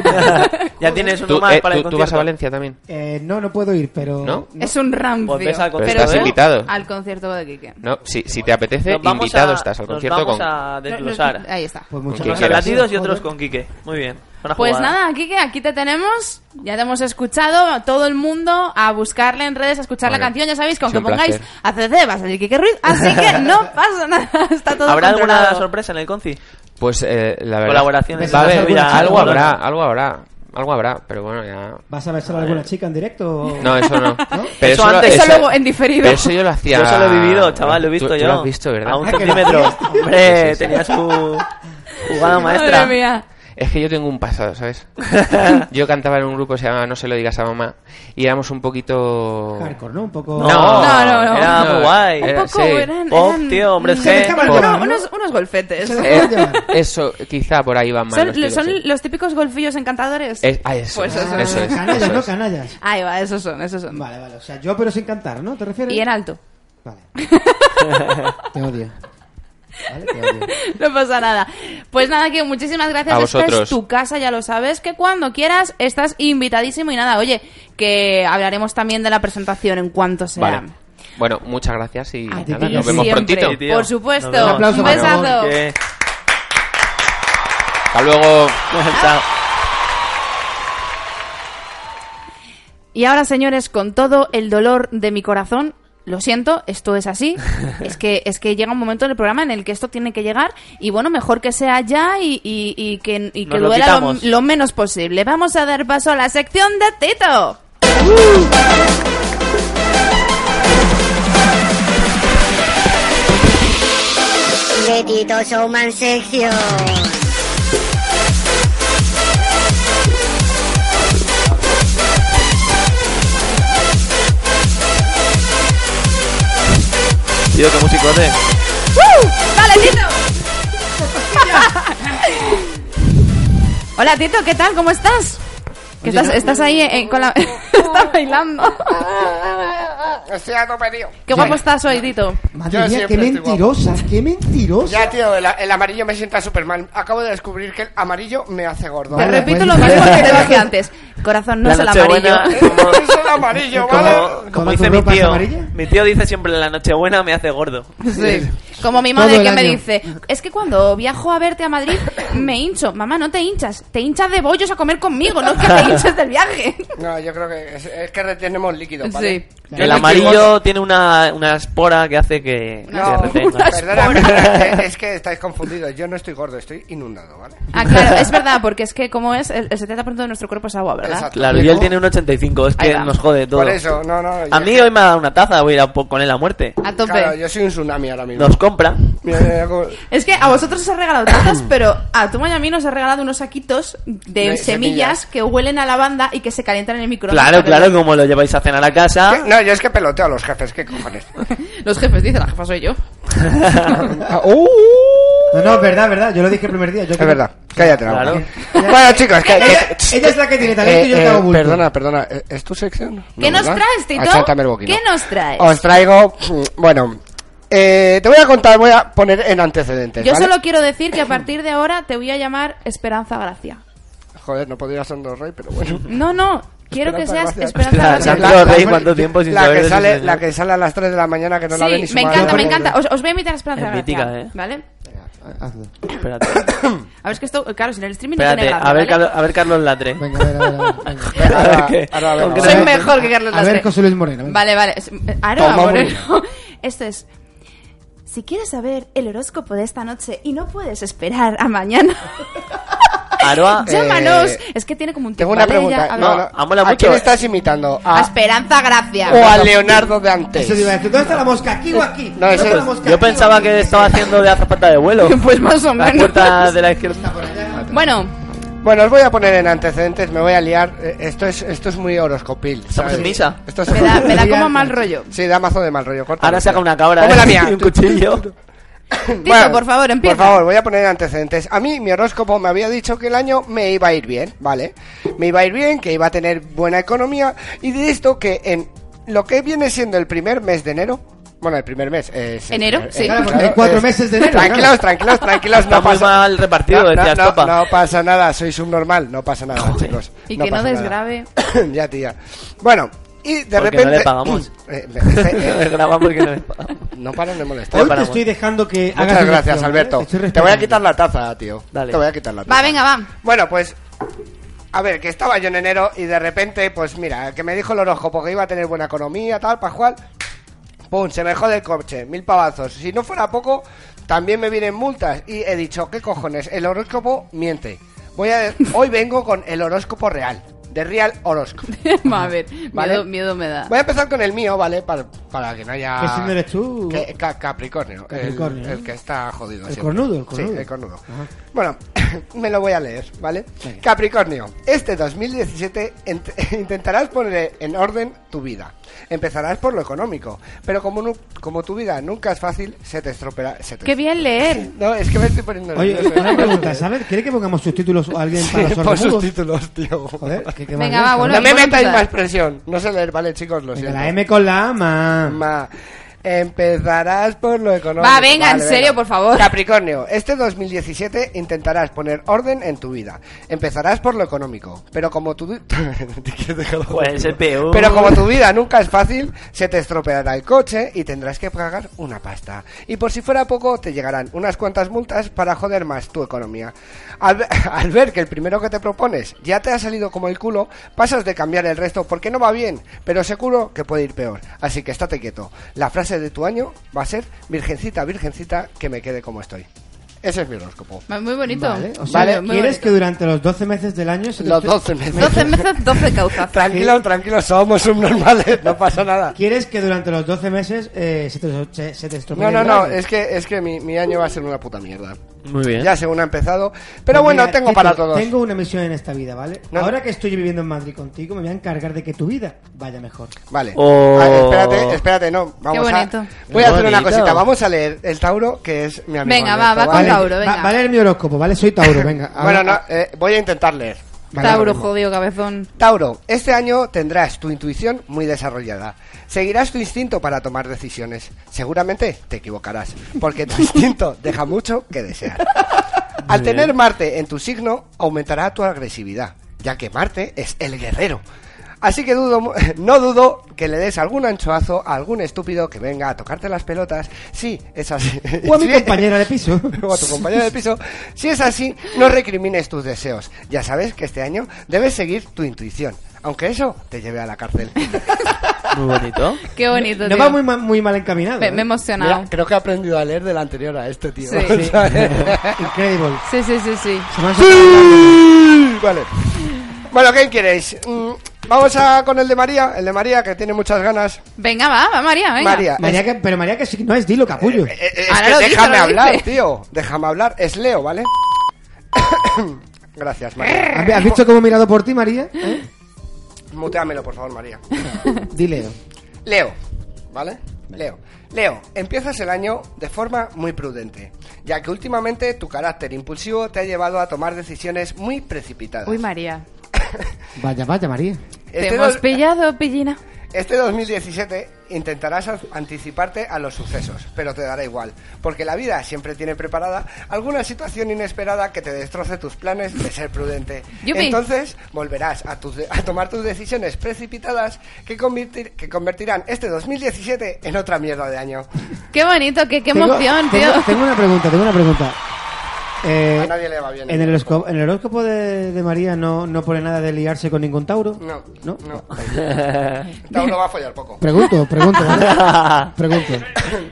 Speaker 4: Ya tienes uno
Speaker 7: Tú,
Speaker 4: más
Speaker 7: eh,
Speaker 4: para el
Speaker 7: tú- tú vas a
Speaker 4: concierto.
Speaker 7: Valencia también.
Speaker 5: Eh, no, no puedo ir, pero...
Speaker 7: ¿No?
Speaker 3: Es un rancio.
Speaker 4: Volvés Pues al concierto, ¿eh?
Speaker 7: estás
Speaker 3: tú
Speaker 7: invitado.
Speaker 3: Al concierto de Quique.
Speaker 7: No, si, si te apetece,
Speaker 4: Nos vamos
Speaker 7: invitado
Speaker 4: a-
Speaker 7: estás al
Speaker 4: nos
Speaker 7: concierto
Speaker 4: vamos
Speaker 7: con...
Speaker 4: a
Speaker 3: No,
Speaker 4: desglosar.
Speaker 3: no, Ahí está.
Speaker 5: Pues muchas
Speaker 7: Con quien
Speaker 4: Unos
Speaker 5: gracias.
Speaker 7: quieras.
Speaker 4: latidos y otros
Speaker 5: Joder.
Speaker 4: con Quique. Muy bien. Buena
Speaker 3: Pues
Speaker 4: jugada.
Speaker 3: nada, Kike, aquí te tenemos. Ya te hemos escuchado. a Todo el mundo a buscarle en redes, a escuchar la
Speaker 7: Bueno,
Speaker 3: canción. Ya sabéis, con
Speaker 7: ha
Speaker 3: que
Speaker 7: sido un
Speaker 3: pongáis
Speaker 7: placer.
Speaker 3: ACC va a salir Kike Ruiz. Así que no pasa nada. Está todo
Speaker 4: ¿Habrá
Speaker 3: controlado.
Speaker 4: alguna sorpresa en el conci?
Speaker 7: Pues eh, la verdad...
Speaker 4: Colaboraciones.
Speaker 7: Va a haber-
Speaker 4: Sevilla,
Speaker 7: algo
Speaker 4: Badalona.
Speaker 7: habrá, algo habrá, algo habrá, pero bueno, ya...
Speaker 5: ¿Vas a besar a alguna chica en directo? o-
Speaker 7: No, eso no. Pero
Speaker 4: Eso
Speaker 7: eso, lo-
Speaker 4: antes.
Speaker 3: Eso
Speaker 7: eso-
Speaker 3: luego en diferido.
Speaker 7: pero eso yo lo hacía...
Speaker 4: Yo eso lo he vivido, chaval, lo he visto
Speaker 7: Tú- tú
Speaker 4: yo.
Speaker 7: lo has visto, ¿verdad?
Speaker 4: A un
Speaker 5: Ah, que lo
Speaker 4: centímetro.
Speaker 5: has visto.
Speaker 7: Sí,
Speaker 4: Hombre,
Speaker 7: sí, sí.
Speaker 4: tenía su jugada maestra.
Speaker 3: Madre mía.
Speaker 7: Es que yo tengo un pasado, ¿sabes? yo cantaba en un grupo que se llamaba No se lo digas a mamá y éramos un poquito...
Speaker 5: Hardcore, ¿no? Un poco...
Speaker 3: No, no, no.
Speaker 4: Era muy guay.
Speaker 3: Un
Speaker 7: Era-
Speaker 3: poco
Speaker 7: eh, sí.
Speaker 3: eran-
Speaker 4: Pop,
Speaker 3: eran-
Speaker 4: tío, hombre, es
Speaker 5: Se
Speaker 4: que...
Speaker 5: dejaban
Speaker 7: pop.
Speaker 5: llevar,
Speaker 3: No,
Speaker 5: ¿no?
Speaker 3: unos, unos golfetes.
Speaker 5: Se
Speaker 3: Son,
Speaker 7: Eh,
Speaker 5: dejaban llevar.
Speaker 7: eso, quizá por ahí van más los
Speaker 3: lo-
Speaker 7: tiros,
Speaker 3: son
Speaker 7: sí.
Speaker 3: los típicos golfillos encantadores.
Speaker 7: Es- ah, eso.
Speaker 3: Pues eso.
Speaker 7: eso, es, eso
Speaker 5: canallas,
Speaker 7: es.
Speaker 5: ¿no? Canallas.
Speaker 3: Ahí va, esos son, esos son.
Speaker 5: Vale, vale. O sea, yo pero sin cantar, ¿no? ¿Te refieres?
Speaker 3: Y en alto.
Speaker 5: Vale. te odio. Vale, te odio.
Speaker 3: No pasa nada. Pues nada, que muchísimas gracias.
Speaker 7: A
Speaker 3: Esta es
Speaker 7: vosotros.
Speaker 3: tu casa, ya lo sabes, que cuando quieras estás invitadísimo y nada, oye, que hablaremos también de la presentación en cuanto sea.
Speaker 7: Vale. Bueno, muchas gracias y
Speaker 5: ti,
Speaker 7: nada,
Speaker 5: tío.
Speaker 7: nos vemos
Speaker 3: Siempre.
Speaker 7: prontito.
Speaker 4: Sí, tío.
Speaker 3: Por supuesto.
Speaker 4: Nos vemos.
Speaker 5: Un aplauso,
Speaker 3: Un
Speaker 5: por
Speaker 3: besazo.
Speaker 5: favor.
Speaker 4: Que-
Speaker 7: Hasta luego.
Speaker 4: Chao.
Speaker 3: Y ahora, señores, con todo el dolor de mi corazón, lo siento, esto es así. Es que, es que llega un momento en el programa en el que esto tiene que llegar. Y bueno, mejor que sea ya y, y- y que, y que
Speaker 4: Nos lo
Speaker 3: duela lo,
Speaker 4: quitamos.
Speaker 3: lo menos posible. Vamos a dar paso a la sección de Tito.
Speaker 2: De Tito Showman Sergio.
Speaker 4: Tío, qué musicote.
Speaker 3: ¡Uh! ¡Dale, Tito! Hola, Tito, ¿qué tal? ¿Cómo estás? Que estás, estás ahí eh, con la... estás bailando.
Speaker 6: Estoy a tope, tío.
Speaker 3: Qué guapo estás hoy, Tito.
Speaker 5: Madre
Speaker 6: Yo
Speaker 5: mía,
Speaker 6: siempre
Speaker 5: qué
Speaker 6: estoy guapo.
Speaker 5: mentirosa, qué mentirosa.
Speaker 6: Ya, tío, el, el amarillo me sienta súper mal. Acabo de descubrir que el amarillo me hace gordo.
Speaker 3: Te
Speaker 5: Vale,
Speaker 3: repito
Speaker 5: pues.
Speaker 3: lo mismo que te dije antes. Corazón, no
Speaker 4: La
Speaker 3: es el amarillo.
Speaker 4: Nochebuena, como-
Speaker 6: Es el amarillo, ¿vale?
Speaker 4: Como,
Speaker 5: ¿Toda
Speaker 4: como
Speaker 5: tu
Speaker 4: dice mi
Speaker 5: ropa es
Speaker 4: tío,
Speaker 5: amarilla?
Speaker 4: mi tío dice siempre la nochebuena me hace gordo.
Speaker 3: Sí. Como mi
Speaker 5: Todo
Speaker 3: madre
Speaker 5: el
Speaker 3: que me
Speaker 5: año.
Speaker 3: dice, es que cuando viajo a verte a Madrid me hincho. Mamá, no te hinchas, te hinchas de bollos a comer conmigo, no que te hinches del viaje.
Speaker 6: No, yo creo que es, es que retenemos líquido,
Speaker 3: Sí.
Speaker 6: ¿vale?
Speaker 4: El amarillo tiene una, una espora que hace que...
Speaker 6: No,
Speaker 4: que retenga.
Speaker 3: una-
Speaker 6: perdóname,
Speaker 3: espora.
Speaker 6: es que- es que estáis confundidos. Yo no estoy gordo, estoy inundado, ¿vale?
Speaker 3: Ah, claro, es verdad, porque es que como es, el el 70% de nuestro cuerpo es agua, ¿verdad?
Speaker 6: Exacto.
Speaker 4: Claro, y él tiene un 85, es
Speaker 3: Ahí
Speaker 4: que
Speaker 3: va.
Speaker 4: nos jode todo.
Speaker 6: Por eso, no, no.
Speaker 4: A mí hoy me ha dado una taza, voy a ir a po- con él a muerte.
Speaker 3: A tope.
Speaker 6: Claro, yo soy un tsunami ahora mismo.
Speaker 4: Nos compra.
Speaker 6: Mira, mira, mira cómo-
Speaker 3: Es que a vosotros os ha regalado tazas, pero a tu y a mí nos ha regalado unos saquitos de,
Speaker 6: De
Speaker 3: semillas,
Speaker 6: semillas.
Speaker 3: que huelen a lavanda y que se calientan en el microondas.
Speaker 4: Claro, claro, como lo lleváis a cenar a
Speaker 6: ¿Qué?
Speaker 4: casa.
Speaker 6: No, yo es que peloteo a los jefes, ¿qué cojones?
Speaker 3: Los jefes dicen, la jefa soy yo.
Speaker 6: Eh, Ah, ¡uh!
Speaker 5: No, no, es verdad, verdad. Yo lo dije el primer día. Yo
Speaker 6: Es verdad, cállate la boca.
Speaker 4: Claro.
Speaker 6: Bueno, chicos, que,
Speaker 5: Ella,
Speaker 6: que-
Speaker 5: ella es la que tiene talento y yo
Speaker 6: Eh,
Speaker 5: te hago
Speaker 6: eh,
Speaker 5: bulto.
Speaker 6: Perdona, perdona, ¿eh, ¿es tu sección?
Speaker 3: ¿Qué
Speaker 6: No,
Speaker 3: nos
Speaker 6: ¿verdad?
Speaker 3: traes, Tito?
Speaker 6: Acháchame el boquino.
Speaker 3: ¿Qué nos traes?
Speaker 6: Os traigo, mm, bueno, eh, te voy a contar, voy a poner en antecedentes.
Speaker 3: Yo
Speaker 6: ¿vale?
Speaker 3: solo quiero decir que a partir de ahora te voy a llamar Esperanza Gracia.
Speaker 6: Joder, no podría ser Don Rey, pero bueno.
Speaker 3: No, no, quiero que
Speaker 6: Esperanza
Speaker 3: seas
Speaker 6: Gracia.
Speaker 3: Esperanza
Speaker 4: Claro,
Speaker 3: Gracia.
Speaker 4: sí, claro. Sandro Rey, ¿cuánto tiempo sin
Speaker 6: la
Speaker 4: saber de
Speaker 6: que
Speaker 4: su
Speaker 6: sale,
Speaker 4: señor?
Speaker 6: La que sale a las 3 de la mañana que no la ve ni
Speaker 3: Sí,
Speaker 6: su
Speaker 3: me
Speaker 6: madre.
Speaker 3: encanta, me
Speaker 5: Yo-
Speaker 3: encanta. Os, os voy a invitar a Esperanza
Speaker 4: Es
Speaker 3: Gracia.
Speaker 4: mítica, ¿eh?
Speaker 3: ¿Vale?
Speaker 5: Hazlo.
Speaker 4: Espérate,
Speaker 3: A ver, es que esto, claro, sin el streaming no
Speaker 4: espérate.
Speaker 3: tiene gracia,
Speaker 4: A ver,
Speaker 3: ¿vale?
Speaker 4: Carlos- a ver Carlos Latre.
Speaker 5: Venga, a ver, a ver, a ver. venga.
Speaker 6: Venga, ahora-
Speaker 4: ¿Qué?
Speaker 6: ahora vemos.
Speaker 4: Aunque
Speaker 3: Soy
Speaker 5: A ver,
Speaker 3: mejor que Carlos
Speaker 5: A
Speaker 3: Lastre.
Speaker 5: ver, José Luis Moreno. venga.
Speaker 3: Vale, vale. Es- Ahora,
Speaker 6: Toma,
Speaker 3: Moreno. Esto es. Si quieres saber el horóscopo de esta noche y no puedes esperar a mañana,
Speaker 4: Aroa,
Speaker 3: Llámanos.
Speaker 6: Eh,
Speaker 3: es que tiene como un
Speaker 6: Tengo
Speaker 3: tipo
Speaker 6: una
Speaker 3: ¿vale? Ya,
Speaker 6: pregunta.
Speaker 3: a
Speaker 6: No,
Speaker 3: ver.
Speaker 6: no.
Speaker 4: Ah, mola
Speaker 6: ¿A
Speaker 4: mucho,
Speaker 6: quién
Speaker 4: eh.
Speaker 6: estás imitando?
Speaker 3: A
Speaker 6: ¿A,
Speaker 3: Esperanza Gracia.
Speaker 6: ¿O a Leonardo de antes?
Speaker 5: Eso te iba a decir, ¿dónde está la mosca? ¿Aquí o aquí?
Speaker 6: No,
Speaker 5: ¿Dónde
Speaker 6: ese-
Speaker 5: está la mosca?
Speaker 4: pues, yo
Speaker 5: ¿Aquí o
Speaker 4: pensaba
Speaker 5: aquí?
Speaker 4: que estaba haciendo de azafata de vuelo.
Speaker 3: Pues más o
Speaker 4: La
Speaker 3: menos.
Speaker 4: puerta de la izquierda.
Speaker 3: Bueno,
Speaker 6: Bueno, os voy a poner en antecedentes, me voy a liar. Eh, Esto es, esto es muy horoscopil.
Speaker 4: Estamos
Speaker 6: ¿sabes?
Speaker 4: en misa.
Speaker 6: Esto es-
Speaker 3: me da, me da como mal rollo.
Speaker 6: Sí, da mazo de mal rollo. corta.
Speaker 4: Ahora saca una cabra
Speaker 6: Ponme la
Speaker 4: ¿eh?
Speaker 6: mía.
Speaker 4: y un cuchillo.
Speaker 3: Tito, por favor, empieza.
Speaker 6: Por favor, voy a poner antecedentes. A mí, mi horóscopo me había dicho que el año me iba a ir bien, ¿vale? Me iba a ir bien, que iba a tener buena economía y de esto que en lo que viene siendo el primer mes de enero. Bueno, el primer mes es...
Speaker 3: Enero,
Speaker 6: eh,
Speaker 3: sí.
Speaker 6: eh,
Speaker 5: Claro, porque hay cuatro meses de enero,
Speaker 6: Tranquilos,
Speaker 5: claro.
Speaker 6: tranquilos, tranquilos.
Speaker 4: Está
Speaker 6: No
Speaker 4: muy
Speaker 6: pasa,
Speaker 4: mal repartido,
Speaker 6: no, no,
Speaker 4: decías,
Speaker 6: no,
Speaker 4: Topa.
Speaker 6: no pasa nada, soy subnormal, no pasa nada, chicos.
Speaker 3: Y que no
Speaker 6: pasa nada.
Speaker 3: desgrabe.
Speaker 6: ya, tía. Bueno, y
Speaker 4: Porque
Speaker 6: de repente...
Speaker 4: no le pagamos.
Speaker 6: Eh, eh, eh,
Speaker 4: Grabamos que no es pa-
Speaker 6: no paran de molestar.
Speaker 5: Hoy te
Speaker 4: Paramos.
Speaker 5: estoy dejando que hagas
Speaker 6: Muchas
Speaker 5: una
Speaker 6: gracias,
Speaker 5: acción,
Speaker 6: Alberto.
Speaker 5: ¿eh? Estoy
Speaker 6: Te voy a
Speaker 5: respetando.
Speaker 6: quitar la taza, tío.
Speaker 4: Dale.
Speaker 6: Te voy a quitar la taza.
Speaker 3: Va, venga, va.
Speaker 6: Bueno, pues. A ver, que estaba yo en enero y de repente, pues mira, que me dijo el horóscopo que iba a tener buena economía, tal, Pascual. Pum, se me jode el coche, mil pavazos. Si no fuera poco, también me vienen multas. Y he dicho, ¿qué cojones? El horóscopo miente. Voy a, hoy vengo con el horóscopo real, de Real Horóscopo.
Speaker 3: a ver,
Speaker 6: Vale.
Speaker 3: miedo, miedo me da.
Speaker 6: Voy a empezar con el mío, ¿vale? Para, para que no haya.
Speaker 5: ¿Qué signo eres tú?
Speaker 6: Que- ca- Capricornio. el-
Speaker 5: Capricornio,
Speaker 6: El,
Speaker 5: ¿eh?
Speaker 6: que está jodido.
Speaker 5: El
Speaker 6: siempre.
Speaker 5: cornudo, el cornudo.
Speaker 6: Sí, el cornudo.
Speaker 5: Ajá.
Speaker 6: Bueno, me lo voy a leer, ¿vale?
Speaker 5: Venga.
Speaker 6: Capricornio, este 2017 ent- intentarás poner en orden tu vida. Empezarás por lo económico, pero como, nu- como tu vida nunca es fácil, se te estropeará. Se te
Speaker 3: Qué bien leer.
Speaker 6: No, es que me estoy poniendo.
Speaker 5: Oye,
Speaker 6: nervioso.
Speaker 5: una pregunta, ¿sabes? ¿Quiere que pongamos subtítulos o alguien para
Speaker 6: Sí,
Speaker 5: los
Speaker 6: por sus
Speaker 5: sordomudos?
Speaker 6: títulos, tío.
Speaker 5: Joder, que, que
Speaker 3: Venga,
Speaker 5: mal
Speaker 3: va,
Speaker 5: gusto.
Speaker 3: vuelve.
Speaker 6: No me
Speaker 3: Bueno,
Speaker 6: metáis
Speaker 3: empezar.
Speaker 6: más presión. No sé leer, ¿vale, chicos? Lo
Speaker 5: Venga,
Speaker 6: siento.
Speaker 5: la M con la A, ma.
Speaker 6: Ma, Empezarás por lo económico.
Speaker 3: Va, venga, en serio, por favor.
Speaker 6: Capricornio, este 2017 intentarás poner orden en tu vida. Empezarás por lo económico, pero como tu... Te quiero dejar la
Speaker 4: Pues es el peor.
Speaker 6: pero como tu vida nunca es fácil, se te estropeará el coche y tendrás que pagar una pasta. Y por si fuera poco, te llegarán unas cuantas multas para joder más tu economía. Al, ve- al ver que el primero que te propones ya te ha salido como el culo, pasas de cambiar el resto porque no va bien, pero seguro que puede ir peor. Así que estate quieto. La frase de tu año va a ser, Virgencita, Virgencita, que me quede como estoy. Ese es mi horóscopo.
Speaker 3: Va, Muy bonito.
Speaker 5: Vale, o sea,
Speaker 6: Vale.
Speaker 3: muy
Speaker 5: ¿quieres
Speaker 3: bonito.
Speaker 5: que durante los 12 meses del año... se te
Speaker 6: Los
Speaker 5: esté-
Speaker 6: 12 meses.
Speaker 3: 12 meses, 12 causas.
Speaker 6: Tranquilo, tranquilo, somos subnormales, no pasa nada.
Speaker 5: ¿Quieres que durante los 12 meses eh, se te, se, se te estropee
Speaker 6: No, no,
Speaker 5: el Pues
Speaker 6: no,
Speaker 5: brazo?
Speaker 6: es que, es que mi, mi año va a ser una puta mierda.
Speaker 7: Muy bien.
Speaker 6: Ya según ha empezado. Pero
Speaker 5: Pues
Speaker 6: bueno,
Speaker 5: mira,
Speaker 6: tengo
Speaker 5: Tito,
Speaker 6: para todos.
Speaker 5: Tengo una misión en esta vida, ¿vale?
Speaker 6: No, no.
Speaker 5: Ahora que estoy viviendo en Madrid contigo, me voy a encargar de que tu vida vaya mejor.
Speaker 6: Vale.
Speaker 4: Oh.
Speaker 6: Ah, espérate, espérate, no. Vamos
Speaker 3: bonito.
Speaker 6: a... Voy a
Speaker 4: Qué
Speaker 6: hacer una
Speaker 4: bonito.
Speaker 6: cosita. Vamos a leer el Tauro, que es mi amigo.
Speaker 3: Venga, va,
Speaker 6: Alberto,
Speaker 3: va con
Speaker 6: ¿vale?
Speaker 3: Tauro. venga.
Speaker 5: Va, va a leer mi horóscopo, ¿vale? Soy Tauro, venga.
Speaker 6: Bueno,
Speaker 5: ahora-
Speaker 6: no, eh, voy a intentar leer. Vale, ahora
Speaker 3: Tauro,
Speaker 6: mismo.
Speaker 3: jodido, cabezón.
Speaker 6: Tauro, este año tendrás tu intuición muy desarrollada. Seguirás tu instinto para tomar decisiones. Seguramente te equivocarás, porque tu instinto deja mucho que desear. Al tener Marte en tu signo, aumentará tu agresividad, ya que Marte es el guerrero. Así que dudo, mu- no dudo que le des algún anchoazo a algún estúpido que venga a tocarte las pelotas. Sí, es así.
Speaker 5: O a mi
Speaker 6: Sí.
Speaker 5: compañera de piso.
Speaker 6: o a tu compañero de piso. Si es así, no recrimines tus deseos. Ya sabes que este año debes seguir tu intuición, aunque eso te lleve a la cárcel.
Speaker 4: Muy bonito.
Speaker 3: Qué bonito,
Speaker 5: No
Speaker 3: tío.
Speaker 5: va muy, ma- muy mal encaminado.
Speaker 3: me,
Speaker 5: ¿eh?
Speaker 3: me he emocionado.
Speaker 6: creo que he aprendido a leer del anterior a este tío.
Speaker 3: Sí.
Speaker 5: Incredible.
Speaker 3: Sí, sí, sí, sí.
Speaker 5: Se me han soltado-
Speaker 6: vale. Bueno, ¿qué queréis? Mm, Vamos a con el de María, el de María que tiene muchas ganas.
Speaker 3: Venga, va, va, María, venga.
Speaker 6: María,
Speaker 5: María, que- pero María, que sí no es, dilo, capullo.
Speaker 6: Eh, eh, es
Speaker 3: Ahora
Speaker 6: que
Speaker 3: lo dice,
Speaker 6: déjame
Speaker 3: ahora lo
Speaker 6: hablar,
Speaker 3: dice.
Speaker 6: tío. Déjame hablar. Es Leo, ¿vale? Gracias, María.
Speaker 5: ¿Has, has visto cómo he mirado por ti, María? ¿Eh?
Speaker 6: Muteamelo, por favor, María.
Speaker 5: Dile.
Speaker 6: Leo, ¿vale? Leo. Leo, empiezas el año de forma muy prudente, ya que últimamente tu carácter impulsivo te ha llevado a tomar decisiones muy precipitadas.
Speaker 3: Uy, María.
Speaker 5: Vaya, vaya, María.
Speaker 3: Te
Speaker 6: este,
Speaker 3: hemos
Speaker 6: dos-
Speaker 3: pillado, pillina.
Speaker 6: este 2017 intentarás a- anticiparte a los sucesos, pero te dará igual, porque la vida siempre tiene preparada alguna situación inesperada que te destroce tus planes de ser prudente.
Speaker 3: Yupi.
Speaker 6: Entonces volverás a, tus de- a tomar tus decisiones precipitadas que, convirti- que convertirán este 2017 en otra mierda de año.
Speaker 3: Qué bonito, qué, qué
Speaker 5: Tengo-
Speaker 3: emoción, tío.
Speaker 5: tengo- Tengo una pregunta, tengo una pregunta. Eh,
Speaker 6: A nadie le va bien.
Speaker 5: En el horóscopo, en el horóscopo de, de María no, no pone nada de liarse con ningún Tauro.
Speaker 6: No,
Speaker 5: ¿No?
Speaker 6: no. Tauro va a follar poco.
Speaker 5: Pregunto, pregunto, ¿vale? Pregunto.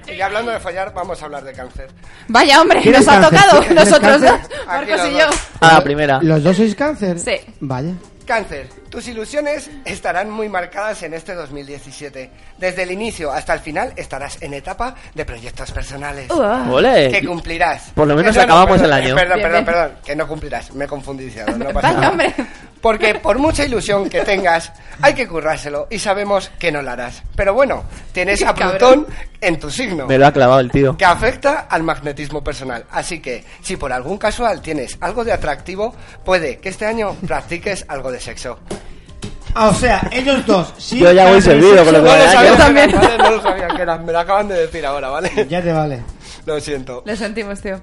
Speaker 6: Y hablando de follar, vamos a hablar de cáncer.
Speaker 3: Vaya hombre,
Speaker 5: ¿Quieres
Speaker 3: nos ha
Speaker 5: cáncer?
Speaker 3: tocado
Speaker 5: ¿Quieres
Speaker 3: nosotros dos,
Speaker 5: cáncer?
Speaker 6: Aquí
Speaker 3: Marcos y
Speaker 6: los
Speaker 3: yo.
Speaker 6: dos.
Speaker 4: A la primera.
Speaker 5: ¿Los dos sois cáncer?
Speaker 3: Sí.
Speaker 5: Vaya.
Speaker 6: Cáncer, tus ilusiones estarán muy marcadas en este 2017. Desde el inicio hasta el final estarás en etapa de proyectos personales.
Speaker 3: Uah.
Speaker 4: Ole.
Speaker 6: Que cumplirás.
Speaker 4: Eh, Por lo menos
Speaker 6: Que-
Speaker 4: acabamos
Speaker 6: perdón,
Speaker 4: el año.
Speaker 6: Perdón,
Speaker 3: ah. Bien,
Speaker 6: perdón,
Speaker 3: bien.
Speaker 6: perdón. Que no cumplirás. Me confundí. Ciado, No pasa
Speaker 3: Vaya,
Speaker 6: nada.
Speaker 3: hombre.
Speaker 6: Porque por mucha ilusión que tengas, hay que currárselo y sabemos que no la harás. Pero bueno, tienes a Plutón en tu signo
Speaker 4: Me lo ha clavado el tío.
Speaker 6: que afecta al magnetismo personal. Así que, si por algún casual tienes algo de atractivo, puede que este año practiques algo de sexo.
Speaker 5: Ah, o sea, ellos dos. sí,
Speaker 4: Yo ya voy
Speaker 5: cáncer,
Speaker 4: servido
Speaker 5: sexo,
Speaker 4: con lo que
Speaker 5: no
Speaker 4: me
Speaker 5: lo
Speaker 4: da.
Speaker 5: sabía.
Speaker 4: yo
Speaker 3: también.
Speaker 6: que era, ¿vale? No lo sabía que era. Me lo acaban de decir ahora, ¿vale?
Speaker 5: Ya te vale.
Speaker 6: Lo siento.
Speaker 3: Lo sentimos, tío.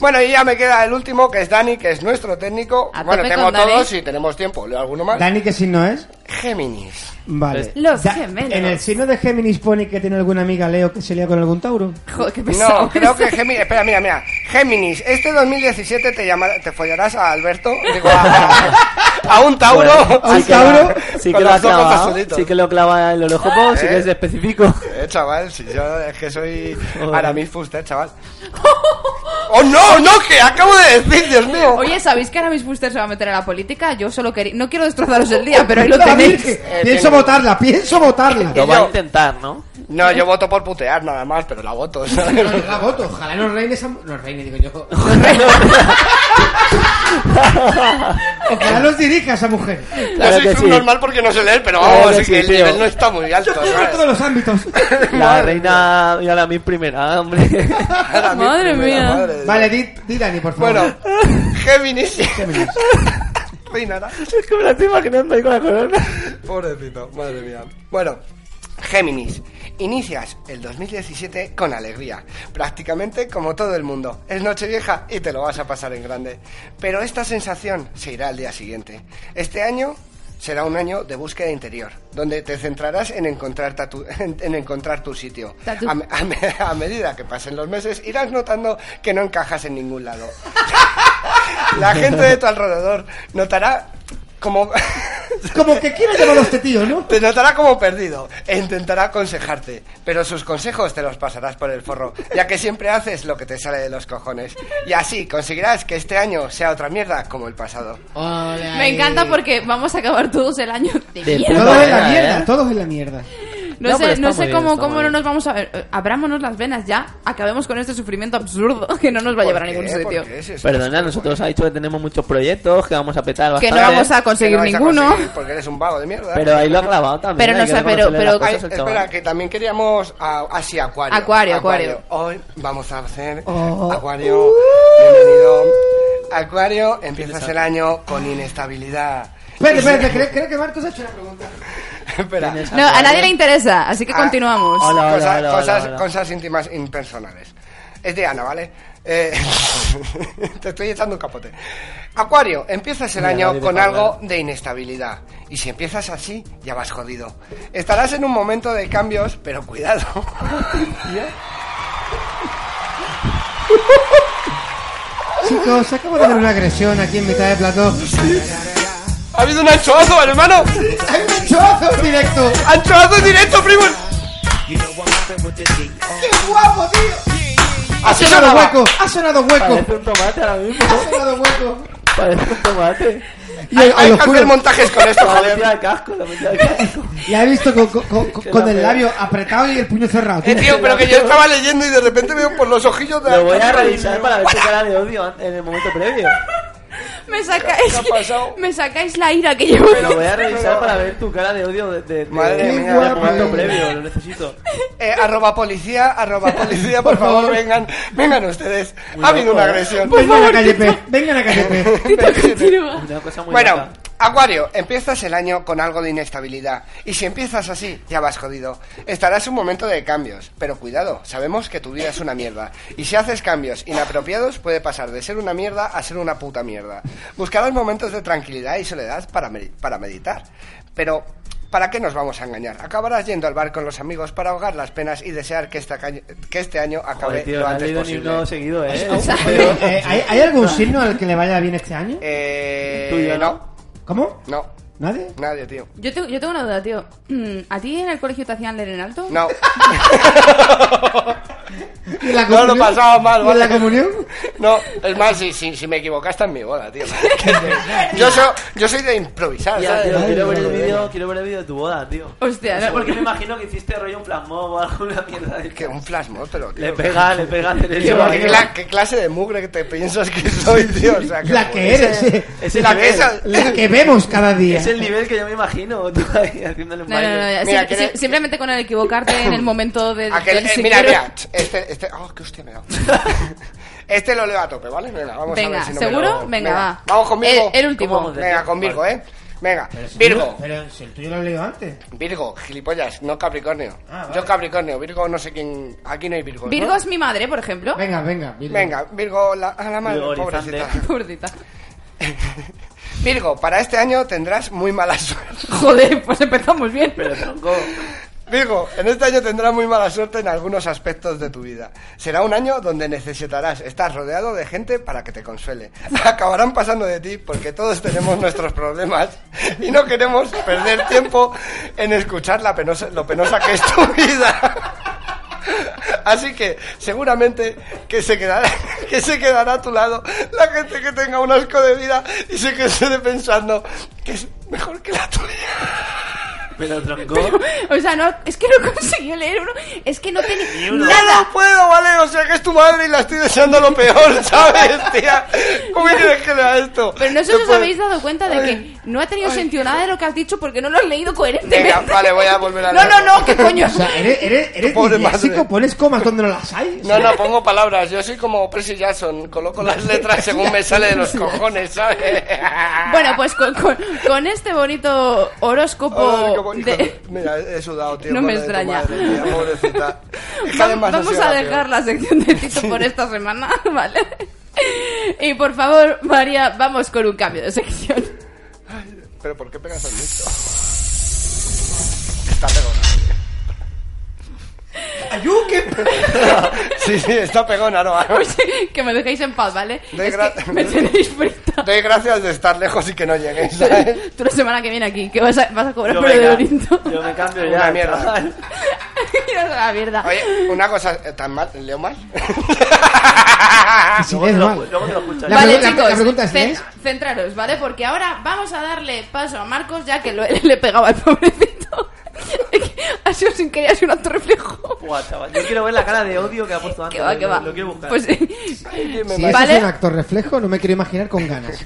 Speaker 6: Bueno, y ya me queda el último, que es Dani, que es nuestro técnico.
Speaker 3: A
Speaker 6: bueno,
Speaker 3: tope
Speaker 6: tengo
Speaker 3: con Dani.
Speaker 6: todos y tenemos tiempo. ¿Leo alguno más?
Speaker 5: Dani, ¿qué signo es?
Speaker 6: Géminis.
Speaker 5: Vale.
Speaker 3: Los gemelos.
Speaker 5: ¿En el signo de Géminis pone que tiene alguna amiga Leo que se lía con algún Tauro?
Speaker 3: Joder, qué pesado.
Speaker 6: No, creo que Géminis. Espera, mira, mira. Géminis, este 2017 te, llamará- te follarás a Alberto. Digo, a, a un Tauro.
Speaker 5: ¿A un
Speaker 4: Sí que lo-
Speaker 5: Tauro?
Speaker 4: Sí que
Speaker 6: Con
Speaker 4: lo ha
Speaker 6: los ojos
Speaker 4: clavado.
Speaker 6: azulitos.
Speaker 4: Sí que lo clava en el horóscopo, sí que es específico.
Speaker 6: Eh, chaval, si yo es que soy Aramis Fuster, chaval. ¡Oh, no, no! que acabo de decir, Dios mío!
Speaker 3: Oye, ¿sabéis que ahora mis Fuster se va a meter a la política? Yo solo quería... No quiero destrozaros el día, pero ahí lo
Speaker 5: La
Speaker 3: tenéis.
Speaker 5: Virgen.
Speaker 6: Eh,
Speaker 5: pienso
Speaker 6: tiene-
Speaker 5: votarla, pienso votarla.
Speaker 4: Lo va a
Speaker 6: yo-
Speaker 4: intentar, ¿no?
Speaker 6: No, yo voto por putear nada más, pero la voto, ¿sabes?
Speaker 5: No, la voto, ojalá no reine esa... No reine, digo yo. ojalá los dirija esa mujer.
Speaker 6: Yo
Speaker 4: Claro
Speaker 6: soy
Speaker 4: que
Speaker 6: un
Speaker 4: sí.
Speaker 6: normal porque no sé leer, pero
Speaker 4: Claro
Speaker 6: vamos,
Speaker 4: que
Speaker 6: es que
Speaker 4: sí,
Speaker 6: el
Speaker 4: tío.
Speaker 6: nivel no está muy alto,
Speaker 5: Yo cubro
Speaker 6: ¿sabes?
Speaker 5: todos los ámbitos.
Speaker 4: La reina y a la mi primera, hombre.
Speaker 6: Aramis
Speaker 3: Madre
Speaker 6: primero,
Speaker 3: mía.
Speaker 6: madre de-
Speaker 5: Vale, di, di Dani, por favor.
Speaker 6: Bueno, Géminis. Reinará.
Speaker 4: es que me la estoy imaginando ahí con la corona.
Speaker 6: Pobrecito, madre mía. Bueno, Géminis. Inicias el 2017 con alegría, prácticamente como todo el mundo. Es Nochevieja y te lo vas a pasar en grande. Pero esta sensación se irá al día siguiente. Este año será un año de búsqueda interior, donde te centrarás en encontrar, tatu- en, en encontrar tu sitio.
Speaker 3: Tatu.
Speaker 6: A, me- a me- a medida que pasen los meses, irás notando que no encajas en ningún lado. La gente de tu alrededor notará como...
Speaker 5: Como que quiero llevarlo a este tío, ¿no?
Speaker 6: Te notará como perdido e intentará aconsejarte, pero sus consejos te los pasarás por el forro, ya que siempre haces lo que te sale de los cojones. Y así conseguirás que este año sea otra mierda como el pasado.
Speaker 3: Me encanta porque vamos a acabar todos el año de
Speaker 4: De
Speaker 3: mierda.
Speaker 5: Todos en la
Speaker 4: Puta
Speaker 5: mierda,
Speaker 4: mierda, ¿eh?
Speaker 5: todos en la mierda.
Speaker 3: No,
Speaker 4: No, pero
Speaker 3: sé,
Speaker 4: está
Speaker 3: no
Speaker 4: muy
Speaker 3: sé
Speaker 4: bien,
Speaker 3: cómo,
Speaker 4: está
Speaker 3: cómo
Speaker 4: muy
Speaker 3: no
Speaker 4: bien.
Speaker 3: nos vamos a ver. Eh, Abrámonos las venas ya. Acabemos con este sufrimiento absurdo que no nos va a llevar a ningún sitio.
Speaker 4: Perdona, nosotros ha dicho que tenemos muchos proyectos, que vamos a petar
Speaker 3: Que
Speaker 4: bastante.
Speaker 3: no vamos a conseguir ninguno.
Speaker 6: porque eres un vago de mierda.
Speaker 4: Pero ahí lo ha clavado también.
Speaker 3: Pero no
Speaker 4: hay que
Speaker 3: sé, pero-
Speaker 4: reconocerle
Speaker 3: pero-
Speaker 4: las
Speaker 6: Ay,
Speaker 4: cosas al
Speaker 6: espera,
Speaker 4: chaval.
Speaker 6: que también queríamos a- así Acuario.
Speaker 3: Acuario, Acuario.
Speaker 6: Hoy vamos a hacer
Speaker 5: Oh.
Speaker 6: Acuario. Bienvenido. Acuario, empiezas el año con inestabilidad.
Speaker 5: Espérate, espérate, creo, creo que Marcos ha hecho una pregunta.
Speaker 6: Espera.
Speaker 3: No, a nadie le interesa, así que
Speaker 6: Ah,
Speaker 3: continuamos.
Speaker 4: hola.
Speaker 6: Cosa-
Speaker 4: hola,
Speaker 6: cosas,
Speaker 4: hola.
Speaker 6: cosas íntimas impersonales. Es de Ana, ¿vale? Eh, te estoy echando un capote. Acuario, empiezas el año con algo de inestabilidad. Y si empiezas así, ya vas jodido. Estarás en un momento de cambios, pero cuidado.
Speaker 5: Chicos, acabo de tener una agresión aquí en mitad de plató.
Speaker 6: ¡Ha habido un anchoazo, hermano!
Speaker 5: ¡Hay un anchoazo en directo!
Speaker 6: ¡Anchoazo en directo, primo!
Speaker 5: ¡Qué guapo, tío!
Speaker 6: ¡Ha
Speaker 5: Ha
Speaker 6: sido
Speaker 5: sonado
Speaker 6: nada!
Speaker 5: hueco, ha sonado
Speaker 4: Parece
Speaker 5: hueco,
Speaker 4: un tomate ahora mismo.
Speaker 5: ha sonado hueco.
Speaker 4: Parece un tomate.
Speaker 5: Y
Speaker 6: Hay, hay
Speaker 5: os
Speaker 6: que
Speaker 5: juro,
Speaker 6: hacer montajes con esto,
Speaker 4: Lo
Speaker 6: joder.
Speaker 4: metí al casco, lo metí al casco.
Speaker 5: la he visto con, con- con- con
Speaker 4: la
Speaker 5: el
Speaker 4: pega.
Speaker 5: labio apretado y el puño cerrado.
Speaker 6: Eh,
Speaker 5: tío.
Speaker 6: tío, pero que yo estaba leyendo y de repente veo por los ojillos de
Speaker 4: Lo voy a revisar para ver qué cara de odio en el momento previo.
Speaker 3: Me sacáis,
Speaker 6: ¿Qué ha pasado?
Speaker 3: me sacáis la ira que llevo.
Speaker 4: Lo voy a revisar para ver tu cara de odio de, de- de-
Speaker 6: Madre
Speaker 4: en
Speaker 6: mía,
Speaker 4: el momento
Speaker 5: guapo.
Speaker 4: previo. Lo necesito.
Speaker 6: Eh, arroba policía, arroba policía, por favor, ¿eh? vengan, vengan ustedes. ha habido una agresión.
Speaker 5: Vengan a calle P, vengan a calle P.
Speaker 3: Continúa.
Speaker 4: Una cosa muy
Speaker 6: Bueno,
Speaker 4: loca.
Speaker 6: Acuario, empiezas el año con algo de inestabilidad. Y si empiezas así, ya vas jodido. Estarás un momento de cambios. Pero cuidado, sabemos que tu vida es una mierda. Y si haces cambios inapropiados, puede pasar de ser una mierda a ser una puta mierda. Buscarás momentos de tranquilidad y soledad para, meri- para meditar. Pero ¿Para qué nos vamos a engañar? Acabarás yendo al bar con los amigos para ahogar las penas y desear que, esta caña- que este año acabe
Speaker 4: Joder, tío,
Speaker 6: lo
Speaker 4: no has
Speaker 6: antes
Speaker 4: leído ni
Speaker 6: posible.
Speaker 4: uno seguido, ¿eh?
Speaker 5: Eh, ¿hay, hay algún signo al que le vaya bien este año?
Speaker 6: Eh,
Speaker 4: ¿Tú y yo
Speaker 6: no,
Speaker 5: ¿Cómo?
Speaker 6: no,
Speaker 5: ¿Nadie?
Speaker 6: nadie, tío.
Speaker 3: Yo, te- yo tengo una duda, tío. Mm, ¿A ti en el colegio te hacían leer en alto?
Speaker 6: No,
Speaker 5: ¿Y la
Speaker 6: no lo
Speaker 5: comunión?
Speaker 6: pasaba mal,
Speaker 5: ¿Y en la
Speaker 6: ¿vale?
Speaker 5: comunión?
Speaker 6: No, es más, si, si, si me equivocaste en mi boda, tío. yo, soy, yo soy de improvisar,
Speaker 4: Ya,
Speaker 6: ¿sabes?
Speaker 4: tío,
Speaker 5: Ay,
Speaker 4: quiero ver el
Speaker 5: madre
Speaker 4: vídeo, quiero ver el vídeo de tu boda, tío.
Speaker 3: Hostia,
Speaker 4: No sé
Speaker 3: no,
Speaker 4: por qué me imagino que hiciste rollo un plasmob o alguna mierda. de-
Speaker 6: Que un flashmob, pero tío.
Speaker 4: Le pega, le pega hacer
Speaker 6: Tío,
Speaker 4: eso,
Speaker 6: ¿qué,
Speaker 4: tío.
Speaker 6: cla- qué clase de mugre que te piensas que soy, tío? O sea, que
Speaker 5: La que eres, sí.
Speaker 4: Ese
Speaker 6: La que
Speaker 4: nivel.
Speaker 6: esa-
Speaker 5: la que vemos cada día.
Speaker 4: Es el nivel que yo me imagino, tú ahí haciéndole un
Speaker 3: No, no,
Speaker 4: baile.
Speaker 3: no, ya,
Speaker 6: Mira,
Speaker 3: sim-
Speaker 6: que-
Speaker 3: sim- simplemente con el equivocarte en el momento de,
Speaker 6: Aquel-
Speaker 3: del
Speaker 6: eh, mira,
Speaker 3: siquero.
Speaker 6: mira, ch, este, este, oh, qué hostia me da. Este lo leo a tope, ¿vale? Venga, vamos a
Speaker 3: Venga,
Speaker 6: ver si no me
Speaker 3: ¿seguro?
Speaker 6: lo-
Speaker 3: Venga, va.
Speaker 6: Vamos con Virgo.
Speaker 3: El- el último.
Speaker 4: ¿Cómo vamos de
Speaker 6: Venga,
Speaker 4: tiempo?
Speaker 6: con Virgo,
Speaker 4: Vale.
Speaker 6: ¿eh? Venga,
Speaker 5: Pero si
Speaker 6: Virgo.
Speaker 5: tú- Pero si el tuyo lo he leído antes.
Speaker 6: Virgo, gilipollas, no Capricornio.
Speaker 5: Ah, vale.
Speaker 6: Yo Capricornio, Virgo no sé quién... Aquí no hay Virgo, ¿no?
Speaker 3: Virgo es mi madre, por ejemplo.
Speaker 5: Venga, venga. Virgo.
Speaker 6: Venga, Virgo la- a la madre,
Speaker 4: Virgo
Speaker 6: pobrecita.
Speaker 4: Horizonte.
Speaker 3: Pobrecita.
Speaker 6: Virgo, para este año tendrás muy mala suerte.
Speaker 3: Joder, pues empezamos bien.
Speaker 4: Pero tronco.
Speaker 6: Virgo, en este año tendrás muy mala suerte en algunos aspectos de tu vida. Será un año donde necesitarás estar rodeado de gente para que te consuele. Acabarán pasando de ti porque todos tenemos nuestros problemas y no queremos perder tiempo en escuchar la penosa- lo penosa que es tu vida. Así que seguramente que se quedará que se quedará a tu lado la gente que tenga un asco de vida y se quede pensando que es mejor que la tuya.
Speaker 4: Pero tronco.
Speaker 3: O sea, no, es que no consiguió leer uno. Es que no
Speaker 4: Ni
Speaker 3: tenía
Speaker 4: uno.
Speaker 6: No,
Speaker 3: nada.
Speaker 6: no puedo, ¿vale? O sea que es tu madre y la estoy deseando lo peor, ¿sabes, tía? ¿Cómo quieres que lea esto?
Speaker 3: Pero no sé
Speaker 6: No
Speaker 3: si os
Speaker 6: puedo.
Speaker 3: habéis dado cuenta de
Speaker 6: Ay.
Speaker 3: que no ha tenido sentido nada de lo que has dicho porque no lo has leído coherentemente.
Speaker 6: Venga, vale, voy a volver a
Speaker 3: No, no,
Speaker 6: leerlo.
Speaker 3: no, qué coño.
Speaker 5: O sea, eres, eres, eres
Speaker 6: Pobre
Speaker 5: disléxico,
Speaker 6: madre.
Speaker 5: pones comas donde no las hay.
Speaker 6: No, no, pongo palabras. Yo soy como Percy Jackson. Coloco las letras según me sale de los cojones, ¿sabes?
Speaker 3: Bueno, pues con, con- con este bonito horóscopo
Speaker 6: Ay, qué bonito.
Speaker 3: de...
Speaker 6: Mira, he sudado, tío.
Speaker 3: No
Speaker 6: por
Speaker 3: me
Speaker 6: lo de tu
Speaker 3: extraña.
Speaker 6: madre, tía, pobrecita. Es que
Speaker 3: Va-
Speaker 6: además ha
Speaker 3: vamos
Speaker 6: sido
Speaker 3: a
Speaker 6: la
Speaker 3: dejar
Speaker 6: peor.
Speaker 3: la sección de Tito por esta semana, ¿vale? Y por favor, María, vamos con un cambio de sección.
Speaker 6: Pero ¿por qué pegas al micro? Está pegona. Sí, sí, está pegona, no.
Speaker 3: Pues, que me dejéis en paz, ¿vale?
Speaker 6: Doy
Speaker 3: Es
Speaker 6: gra-
Speaker 3: que me tenéis frita.
Speaker 6: Doy gracias de estar lejos y que no llegues, ¿sabes?
Speaker 3: Tú la semana que viene aquí, que vas a, vas a cobrar
Speaker 4: Yo
Speaker 3: por el
Speaker 4: me,
Speaker 3: Dorinto.
Speaker 4: ca- yo me cambio ya.
Speaker 6: Una mierda.
Speaker 4: chaval.
Speaker 3: Iros a la mierda.
Speaker 6: Oye, una cosa, eh, ¿tan mal? ¿Leo mal?
Speaker 5: Si lees
Speaker 4: Luego,
Speaker 5: mal.
Speaker 4: luego te lo escuchas.
Speaker 5: La-
Speaker 3: Vale,
Speaker 5: pregu-
Speaker 3: chicos,
Speaker 5: la pregunta es,
Speaker 3: cen-
Speaker 5: ¿lees?
Speaker 3: centraros, ¿vale? Porque ahora vamos a darle paso a Marcos, ya que lo- le pegaba al pobrecito. ha sido sin querer, ha sido un autorreflejo.
Speaker 4: Buah, chaval. Yo quiero ver la cara de odio que ha puesto antes.
Speaker 3: Que va,
Speaker 4: lo-
Speaker 3: que va.
Speaker 4: Lo quiero buscar.
Speaker 3: Pues,
Speaker 5: Si ese
Speaker 3: ¿Vale?
Speaker 5: es un actor reflejo, no me quiero imaginar con ganas.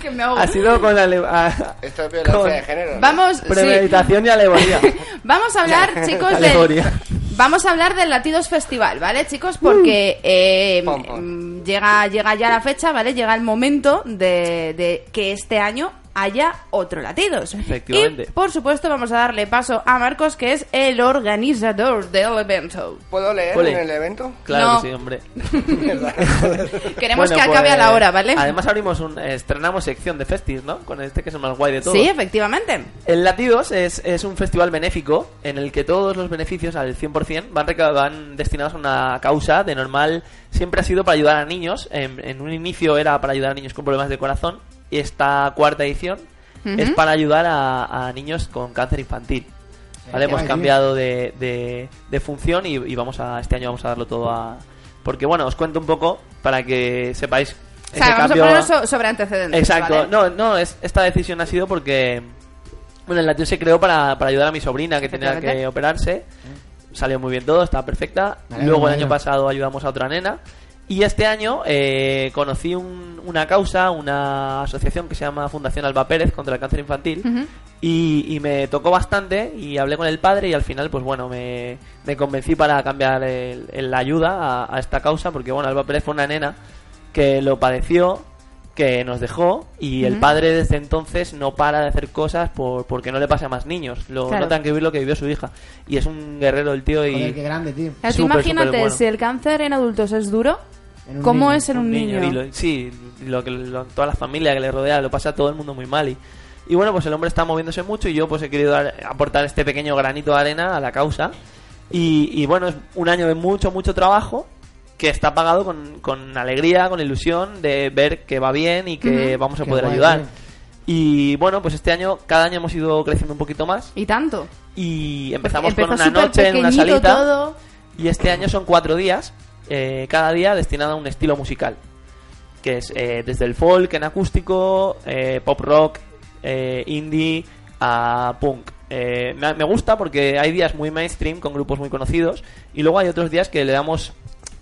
Speaker 3: que me ahogo.
Speaker 4: Ha sido con ale- a-
Speaker 6: Esto es violencia
Speaker 4: Con-
Speaker 6: de género. ¿no?
Speaker 3: Vamos, sí.
Speaker 4: premeditación y alegoría.
Speaker 3: Vamos a hablar, chicos, del...
Speaker 4: Alegoría.
Speaker 3: Vamos a hablar del Latidos Festival, ¿vale, chicos?
Speaker 5: Mm.
Speaker 3: Porque eh,
Speaker 6: Pom, pom.
Speaker 3: mm, llega, llega ya la fecha, ¿vale? Llega el momento de, de que este año haya otro Latidos.
Speaker 4: Efectivamente.
Speaker 3: Y, por supuesto, vamos a darle paso a Marcos, que es el organizador del evento.
Speaker 6: ¿Puedo leer
Speaker 4: Ole.
Speaker 6: en el evento?
Speaker 4: Claro
Speaker 3: No.
Speaker 4: que sí, hombre.
Speaker 3: Queremos
Speaker 4: Bueno,
Speaker 3: que acabe
Speaker 4: pues,
Speaker 3: a la hora, ¿vale?
Speaker 4: Además abrimos un... Estrenamos sección de festis, ¿no? Con este que es el más guay de todos.
Speaker 3: sí, efectivamente.
Speaker 4: El Latidos es, es un festival benéfico en el que todos los beneficios al 100% van, reca- van destinados a una causa. De normal siempre ha sido para ayudar a niños. En, en un inicio era para ayudar a niños con problemas de corazón. Y esta cuarta edición es para ayudar a, a niños con cáncer infantil. ¿Vale?
Speaker 5: qué
Speaker 4: Hemos
Speaker 5: guay,
Speaker 4: cambiado de, de- de función y, y vamos a este año vamos a darlo todo a... Porque bueno, os cuento un poco para que sepáis...
Speaker 3: O sea, vamos
Speaker 4: ese este cambio-
Speaker 3: a ponerlo so- sobre antecedentes.
Speaker 4: Exacto.
Speaker 3: ¿vale?
Speaker 4: No, no, es, esta decisión ha sido porque. Bueno, el latido se creó para, para ayudar a mi sobrina que tenía que
Speaker 3: Efectivamente.
Speaker 4: operarse. Salió muy bien todo, estaba perfecta.
Speaker 5: Me alegro,
Speaker 4: Luego
Speaker 5: me
Speaker 4: el año
Speaker 5: alegro.
Speaker 4: pasado ayudamos a otra nena. Y este año eh, conocí un- una causa, una asociación que se llama Fundación Alba Pérez contra el Cáncer Infantil. y, y me tocó bastante y hablé con el padre y al final, pues bueno, me, me convencí para cambiar el- el- la ayuda a, a esta causa. Porque bueno, Alba Pérez fue una nena que lo padeció, que nos dejó y el padre desde entonces no para de hacer cosas por, porque no le pase a más niños. Lo,
Speaker 3: Claro.
Speaker 4: No tengan que vivir lo que vivió su hija. Y es un guerrero el tío y...
Speaker 5: Joder, qué grande, tío.
Speaker 3: O sea, tú
Speaker 4: Súper,
Speaker 3: imagínate,
Speaker 4: súper bueno.
Speaker 3: si el cáncer en adultos es duro,
Speaker 5: En un
Speaker 3: ¿cómo
Speaker 5: niño.
Speaker 3: es en un niño?
Speaker 4: Y lo- sí, lo que lo- toda la familia que le rodea lo pasa a todo el mundo muy mal. Y, Y bueno, pues el hombre está moviéndose mucho y yo pues he querido dar- aportar este pequeño granito de arena a la causa. Y, y bueno, es un año de mucho, mucho trabajo que está pagado con, con alegría, con ilusión de ver que va bien y que vamos a
Speaker 5: Qué
Speaker 4: poder
Speaker 5: guay,
Speaker 4: ayudar.
Speaker 5: tío.
Speaker 4: Y bueno, pues este año, cada año hemos ido creciendo un poquito más
Speaker 3: Y tanto.
Speaker 4: y empezamos
Speaker 3: Empezó
Speaker 4: con una
Speaker 3: súper
Speaker 4: noche en una
Speaker 3: pequeñito
Speaker 4: salita.
Speaker 3: todo.
Speaker 4: Y este año son cuatro días, eh, cada día destinado a un estilo musical, que es eh, desde el folk en acústico, eh, pop rock, eh, indie, a punk. Eh, me, me gusta porque hay días muy mainstream con grupos muy conocidos y luego hay otros días que le damos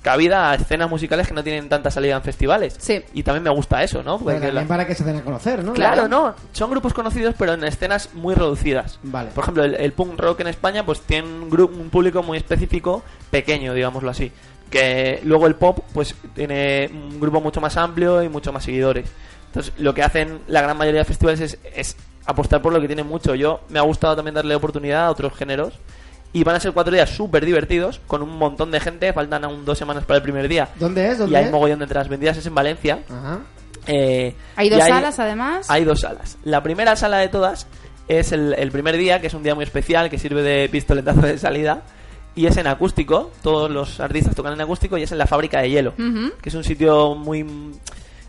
Speaker 4: cabida a escenas musicales que no tienen tanta salida en festivales.
Speaker 3: Sí.
Speaker 4: Y también me gusta eso, ¿no? Porque
Speaker 5: Pero también
Speaker 4: la-
Speaker 5: para que se den a conocer, ¿no?
Speaker 4: Claro, no. Son grupos conocidos, pero en escenas muy reducidas.
Speaker 5: Vale.
Speaker 4: Por ejemplo, el, el punk rock en España, pues tiene un, gru- un público muy específico, pequeño, digámoslo así. Que luego el pop, pues tiene un grupo mucho más amplio y mucho más seguidores. Entonces, lo que hacen la gran mayoría de festivales es, es apostar por lo que tienen mucho. Yo me ha gustado también darle oportunidad a otros géneros. Y van a ser cuatro días súper divertidos, con un montón de gente. Faltan aún dos semanas para el primer día.
Speaker 5: ¿Dónde es? ¿Dónde
Speaker 4: Y hay
Speaker 5: es?
Speaker 4: mogollón de entradas vendidas, es en Valencia.
Speaker 5: Ajá.
Speaker 4: Eh,
Speaker 3: Hay
Speaker 4: y
Speaker 3: dos salas, además.
Speaker 4: Hay dos salas. La primera sala de todas es el, el primer día, que es un día muy especial, que sirve de pistoletazo de salida. Y es en acústico, todos los artistas tocan en acústico y es en la fábrica de hielo,
Speaker 3: Ujú.
Speaker 4: que es un sitio muy,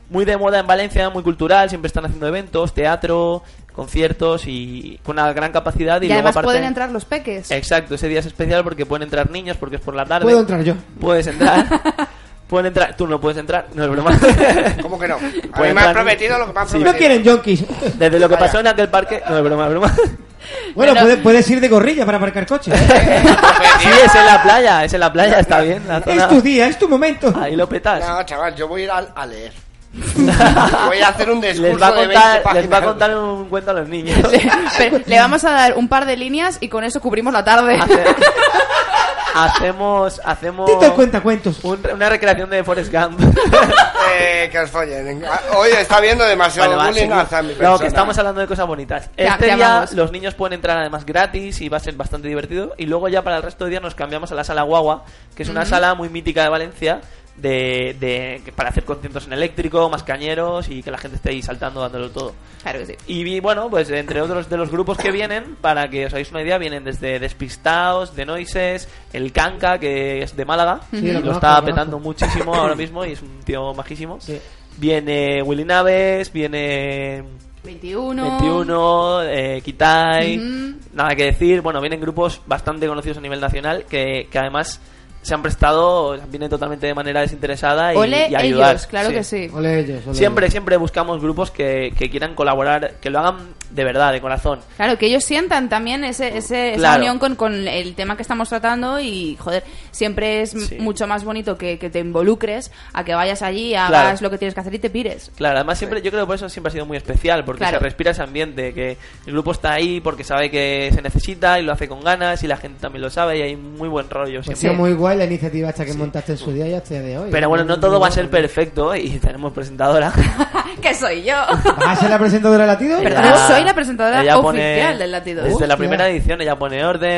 Speaker 4: muy de moda en Valencia, muy cultural, siempre están haciendo eventos, teatro, conciertos y con una gran capacidad. Y,
Speaker 3: Y
Speaker 4: luego
Speaker 3: además
Speaker 4: aparte-
Speaker 3: pueden entrar los peques.
Speaker 4: Exacto, ese día es especial porque pueden entrar niños, porque es por la tarde.
Speaker 5: Puedo entrar yo.
Speaker 4: Puedes entrar. pueden entrar. Tú no puedes entrar, no es broma.
Speaker 6: ¿Cómo que no? A mí
Speaker 4: Pueden
Speaker 6: me han
Speaker 4: entrar-
Speaker 6: prometido lo que me han
Speaker 4: Pues Sí.
Speaker 5: No
Speaker 6: prometido.
Speaker 5: quieren yonkis.
Speaker 4: Desde lo que
Speaker 6: Vaya.
Speaker 4: pasó en aquel parque. No, es broma, es broma.
Speaker 5: Bueno, puedes, puedes ir de gorrilla para aparcar coches. ¿eh?
Speaker 4: sí, es en la playa, es en la playa, está bien. La
Speaker 5: es
Speaker 4: zona.
Speaker 5: tu día, es tu momento.
Speaker 4: Ahí lo petas.
Speaker 6: No, chaval, yo voy a ir a, a leer. voy a hacer un discurso
Speaker 4: Les va a
Speaker 6: de 20
Speaker 4: contar,
Speaker 6: páginas.
Speaker 4: les va a contar un cuento a los niños.
Speaker 3: Pero le vamos a dar un par de líneas y con eso cubrimos la tarde.
Speaker 4: Hace- hacemos, hacemos
Speaker 5: Tito cuenta cuentos.
Speaker 4: un- una recreación de Forrest Gump.
Speaker 6: Eh, que os follen. Hoy está viendo demasiado
Speaker 4: Bueno, va,
Speaker 6: bullying
Speaker 4: seguimos.
Speaker 6: hacia mi persona.
Speaker 4: no, que estamos hablando de cosas bonitas.
Speaker 3: Ya,
Speaker 4: Este
Speaker 3: ya
Speaker 4: día
Speaker 3: vamos.
Speaker 4: los niños pueden entrar además gratis y va a ser bastante divertido. Y luego ya para el resto del día nos cambiamos a la sala guagua, que es una sala muy mítica de Valencia. De, de- que para hacer conciertos en eléctrico, más cañeros y que la gente esté ahí saltando dándolo todo.
Speaker 3: Claro que sí.
Speaker 4: Y vi- bueno, pues entre otros de los grupos que vienen, para que os hagáis una idea, vienen desde Despistados, De Noises, El Canca, que es de Málaga,
Speaker 5: Sí,
Speaker 4: y
Speaker 5: lo
Speaker 4: lo,
Speaker 5: conozco,
Speaker 4: está
Speaker 5: lo
Speaker 4: petando
Speaker 5: conozco.
Speaker 4: muchísimo ahora mismo y es un tío majísimo.
Speaker 5: Sí.
Speaker 4: Viene Willy Naves, viene
Speaker 3: 21.
Speaker 4: 21, eh, Kitai,
Speaker 3: Ujú.
Speaker 4: nada que decir. Bueno, vienen grupos bastante conocidos a nivel nacional que, que además se han prestado, vienen totalmente de manera desinteresada y,
Speaker 3: Ole
Speaker 4: y ayudar.
Speaker 3: ellos, claro que sí.
Speaker 5: Ole ellos, ole
Speaker 4: Siempre, siempre buscamos grupos que, que quieran colaborar, que lo hagan de verdad, de corazón.
Speaker 3: Claro, que ellos sientan también ese, ese- esa
Speaker 4: Claro.
Speaker 3: unión con, con el tema que estamos tratando y, joder, siempre es m-
Speaker 4: Sí.
Speaker 3: mucho más bonito que, que te involucres a que vayas allí, hagas
Speaker 4: Claro.
Speaker 3: lo que tienes que hacer y te pires.
Speaker 4: Claro, además siempre, yo creo que por eso siempre ha sido muy especial, porque
Speaker 3: Claro.
Speaker 4: se respira ese ambiente, que el grupo está ahí porque sabe que se necesita y lo hace con ganas y la gente también lo sabe y hay muy buen rollo
Speaker 5: Pues
Speaker 4: siempre.
Speaker 5: tío, muy guay la iniciativa esta que montaste en su día y hasta el día de hoy.
Speaker 4: Pero bueno, no todo va a ser perfecto y tenemos presentadora.
Speaker 3: ¡Ah, que soy yo.
Speaker 5: ¿Vas a ser la presentadora de latido?
Speaker 3: Perdón,
Speaker 4: Ella-
Speaker 3: soy la presentadora
Speaker 4: ella pone-
Speaker 3: oficial del Latido.
Speaker 4: Desde
Speaker 5: Hostia.
Speaker 4: la primera edición ella pone orden.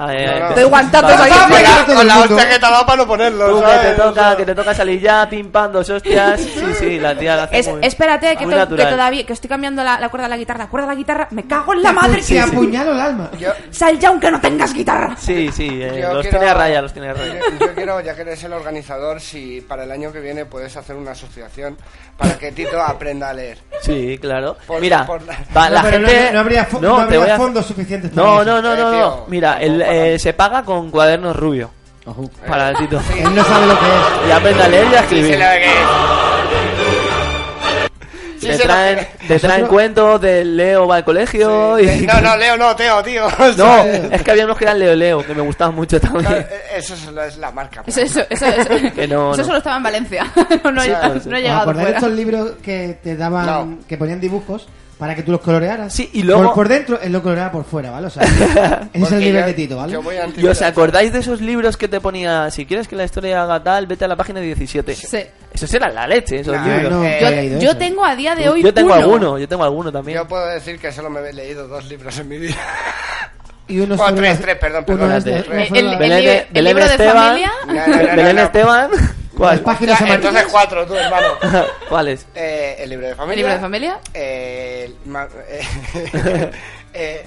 Speaker 4: eh,
Speaker 6: No, no.
Speaker 4: te-
Speaker 6: Doy
Speaker 3: guantazos
Speaker 4: va-
Speaker 3: ahí.
Speaker 6: Ah,
Speaker 5: Venga,
Speaker 6: mira, con la
Speaker 5: todo el
Speaker 6: hostia
Speaker 5: mundo.
Speaker 6: que te ha dado para no ponerlo.
Speaker 4: Tú que
Speaker 6: ¿sabes?
Speaker 4: te toca, que te toca salir ya, pim pam, dos hostias. Sí, sí, la tía la hace
Speaker 3: Es-
Speaker 4: muy-
Speaker 3: espérate, que,
Speaker 4: muy
Speaker 3: to- que
Speaker 4: natural.
Speaker 3: todavía que estoy cambiando la, la cuerda de la guitarra. La cuerda de la guitarra, me cago en la madre.
Speaker 5: Te apuñalo el alma.
Speaker 6: Yo,
Speaker 3: Sal ya aunque no tengas guitarra.
Speaker 4: Sí, sí, eh,
Speaker 6: Yo
Speaker 4: los
Speaker 6: quiero-
Speaker 4: tiene a raya, los tiene a raya.
Speaker 6: yo- yo quiero, ya que eres el organizador, si para el año que viene puedes hacer una asociación para que Tito aprenda a leer.
Speaker 4: Sí, claro.
Speaker 6: Por-
Speaker 4: Mira,
Speaker 6: por-
Speaker 4: va-
Speaker 5: No,
Speaker 4: la
Speaker 5: pero no
Speaker 4: gente.
Speaker 5: habría- no habría fo-
Speaker 4: te
Speaker 5: no habría
Speaker 4: voy a-
Speaker 5: fondos suficientes para
Speaker 4: No,
Speaker 5: eso.
Speaker 4: no, no, no,
Speaker 6: Eh,
Speaker 4: no.
Speaker 6: tío,
Speaker 4: Mira, el,
Speaker 6: tampoco,
Speaker 4: eh,
Speaker 6: tampoco.
Speaker 4: se paga con cuadernos rubio. Para el Tito.
Speaker 5: Él no sabe lo que es.
Speaker 4: Y aprende a leer y a
Speaker 6: Eh. Sí,
Speaker 4: escribir.
Speaker 6: la de que-
Speaker 4: Te
Speaker 6: se lo-
Speaker 4: traen, te traen cuentos de Leo va al colegio. y...
Speaker 6: Eh, No, no, Leo, no, Teo, tío. O sea,
Speaker 4: No, es que había unos que eran Leo Leo, que me gustaban mucho
Speaker 6: no,
Speaker 4: también.
Speaker 6: eh, Eso es la, es la marca.
Speaker 3: Eso, eso, eso, eso-
Speaker 4: Que no,
Speaker 3: eso
Speaker 4: no.
Speaker 3: solo estaba en Valencia. No, no he-
Speaker 6: Claro, sí.
Speaker 3: no he
Speaker 5: ¿Os
Speaker 3: llegado
Speaker 5: acordáis de
Speaker 3: fuera.
Speaker 5: estos libros que te daban,
Speaker 6: No.
Speaker 5: que ponían dibujos para que tú los colorearas?
Speaker 4: Sí, y luego-
Speaker 5: Por, por dentro, él lo coloreaba por fuera, ¿vale? O sea, ese es
Speaker 6: Porque
Speaker 5: el nivel
Speaker 6: yo-
Speaker 5: de Tito, ¿vale?
Speaker 6: Yo voy
Speaker 4: ¿Y os
Speaker 6: antes.
Speaker 4: acordáis de esos libros que te ponía, si quieres que la historia haga tal, vete a la página 17?
Speaker 3: Sí.
Speaker 4: Esos eran la leche, esos
Speaker 6: Nah,
Speaker 4: libros.
Speaker 5: Ah, no,
Speaker 6: eh,
Speaker 5: he
Speaker 3: Yo,
Speaker 5: leído
Speaker 3: yo
Speaker 5: eso.
Speaker 3: tengo a día de hoy
Speaker 4: yo tengo
Speaker 3: uno.
Speaker 4: alguno, yo tengo alguno también.
Speaker 6: Yo puedo decir que solo me he leído dos libros en mi vida.
Speaker 5: Y uno
Speaker 6: Bueno,
Speaker 5: solo-
Speaker 6: tres, tres, perdón,
Speaker 5: uno
Speaker 6: perdón.
Speaker 5: es de-
Speaker 3: Eh,
Speaker 5: uno solo-
Speaker 3: el- el-
Speaker 9: e-
Speaker 3: libro- libro de familia.
Speaker 6: No, no, no, no,
Speaker 4: Belén
Speaker 6: no.
Speaker 4: Esteban.
Speaker 5: las
Speaker 9: Pues,
Speaker 4: ¿Cuál?
Speaker 5: páginas
Speaker 6: Ya,
Speaker 5: amarillas.
Speaker 6: Entonces cuatro, tú, hermano.
Speaker 4: ¿Cuál es?
Speaker 6: Eh, el libro de familia.
Speaker 3: ¿El libro de familia?
Speaker 6: Eh, el ma- eh, eh,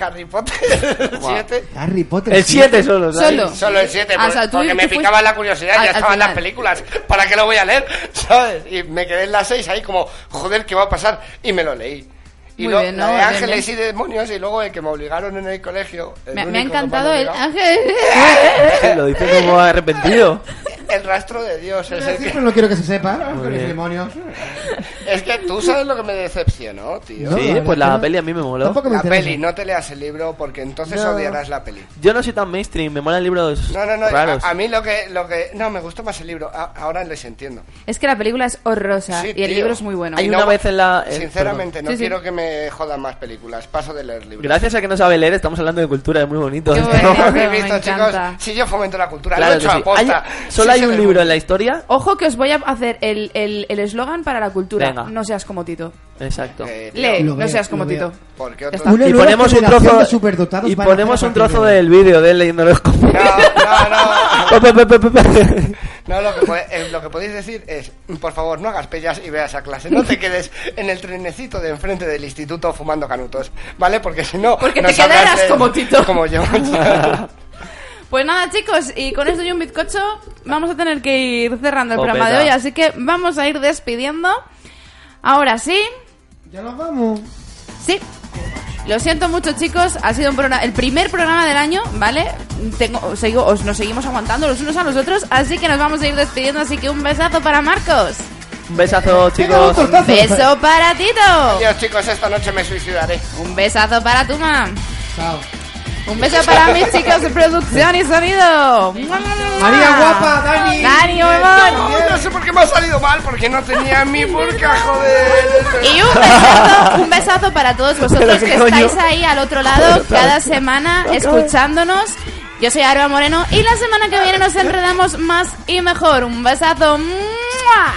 Speaker 6: Harry Potter el 7.
Speaker 5: Harry Potter.
Speaker 9: El
Speaker 5: sí.
Speaker 9: 7 solo, ¿sabes?
Speaker 3: Solo.
Speaker 6: Solo el 7,
Speaker 3: Ah, o sea, tú-
Speaker 6: porque me
Speaker 3: tú fuiste-
Speaker 6: picaba la curiosidad,
Speaker 3: al-
Speaker 6: ya
Speaker 3: al
Speaker 6: estaban las
Speaker 3: final.
Speaker 6: películas, ¿para qué lo voy a leer? ¿Sabes? Y me quedé en las 6 ahí como, joder, ¿qué va a pasar? Y me lo leí. Y
Speaker 3: Muy
Speaker 6: lo-
Speaker 3: bien,
Speaker 6: la
Speaker 3: ¿no?
Speaker 6: de
Speaker 3: Bien, ¿eh?
Speaker 6: Ángeles y Demonios y luego el que me obligaron en el colegio. el
Speaker 3: Me, me ha
Speaker 6: único que han
Speaker 3: encantado el
Speaker 6: obligado,
Speaker 3: ángel.
Speaker 9: Eh, Lo dice como arrepentido.
Speaker 6: El rastro de Dios. Es, el
Speaker 5: Sí,
Speaker 6: que,
Speaker 5: pero no quiero que se sepa. Con los demonios.
Speaker 6: es que tú sabes lo que me decepcionó, tío.
Speaker 5: No,
Speaker 9: Sí,
Speaker 5: la verdad
Speaker 9: pues
Speaker 5: que
Speaker 9: la
Speaker 5: no.
Speaker 9: peli a mí me moló.
Speaker 5: Tampoco me
Speaker 6: La
Speaker 5: interesa.
Speaker 6: peli, no te leas el libro porque entonces
Speaker 9: No.
Speaker 6: odiarás la peli.
Speaker 9: Yo no soy tan mainstream, me molan libros
Speaker 6: No, no, no.
Speaker 9: raros.
Speaker 6: A, a mí lo que, lo que. No, me gustó más el libro. a- ahora les entiendo.
Speaker 3: Es que la película es horrorosa
Speaker 6: Sí,
Speaker 3: y el
Speaker 6: tío.
Speaker 3: libro es muy bueno.
Speaker 9: Hay una vez en la- eh,
Speaker 6: Sinceramente, no
Speaker 3: Sí, sí.
Speaker 6: quiero que me jodan más películas. Paso de leer libros.
Speaker 9: Gracias a que no sabe leer, estamos hablando de cultura, es muy bonito.
Speaker 3: Qué
Speaker 9: esto.
Speaker 3: bueno.
Speaker 6: ¿Lo habéis
Speaker 3: Me
Speaker 6: visto, chicos?
Speaker 3: encanta.
Speaker 6: Si yo fomento la cultura,
Speaker 9: Claro
Speaker 6: lo he hecho
Speaker 9: que sí.
Speaker 6: a posta.
Speaker 9: Hay- solo hay
Speaker 6: Sí sé
Speaker 9: un
Speaker 6: del
Speaker 9: libro en
Speaker 6: mundo.
Speaker 9: la historia.
Speaker 3: Ojo que os voy a hacer el el- el eslogan para la cultura.
Speaker 9: Venga.
Speaker 3: No seas como Tito.
Speaker 9: Exacto.
Speaker 6: Eh, tío,
Speaker 3: Lee,
Speaker 5: Lo
Speaker 3: no
Speaker 5: veo,
Speaker 3: seas como
Speaker 5: lo veo.
Speaker 3: Tito.
Speaker 6: Porque
Speaker 3: Ya
Speaker 6: otro...
Speaker 3: está.
Speaker 5: Una
Speaker 9: y
Speaker 5: nueva
Speaker 9: ponemos un
Speaker 5: generación
Speaker 9: trozo
Speaker 5: de superdotados
Speaker 9: y
Speaker 5: van a
Speaker 9: ponemos
Speaker 5: hacer
Speaker 9: un
Speaker 5: a partir
Speaker 9: trozo
Speaker 5: de ahora.
Speaker 9: del vídeo de él leyéndolo como
Speaker 6: No, no, no.
Speaker 9: Pe, pe, pe, pe, pe.
Speaker 6: No, lo que, puede- eh, lo que podéis decir es, por favor, no hagas pellas y veas a clase. No te quedes en el trenecito de enfrente del instituto fumando canutos, ¿vale? Porque si no...
Speaker 3: Porque
Speaker 6: nos
Speaker 3: te quedarás
Speaker 6: hablas de-
Speaker 3: como Tito.
Speaker 6: Como yo.
Speaker 3: Pues nada, chicos, y con esto y un bizcocho vamos a tener que ir cerrando el
Speaker 9: Opeta.
Speaker 3: programa de hoy, así que vamos a ir despidiendo. Ahora sí,
Speaker 5: Ya nos vamos.
Speaker 3: sí. Lo siento mucho, chicos. Ha sido un programa- el primer programa del año, ¿vale? Tengo, os sigo- os- nos seguimos aguantando los unos a los otros, así que nos vamos a ir despidiendo. Así que un besazo para Marcos.
Speaker 9: Un besazo, chicos.
Speaker 3: Un beso para Tito.
Speaker 6: Dios, chicos, esta noche me suicidaré.
Speaker 3: Un besazo para Tuma.
Speaker 5: Chao.
Speaker 3: Un beso para mis chicos de producción y sonido.
Speaker 5: María guapa, Dani.
Speaker 3: Dani, mamón.
Speaker 6: No, no sé por qué me ha salido mal, porque no tenía mi burka, joder.
Speaker 3: Y un besazo, un besazo para todos vosotros
Speaker 9: Pero qué
Speaker 3: que
Speaker 9: coño.
Speaker 3: estáis ahí al otro lado cada semana escuchándonos. Yo soy Arba Moreno y la semana que viene nos enredamos más y mejor. Un besazo. ¡Mua!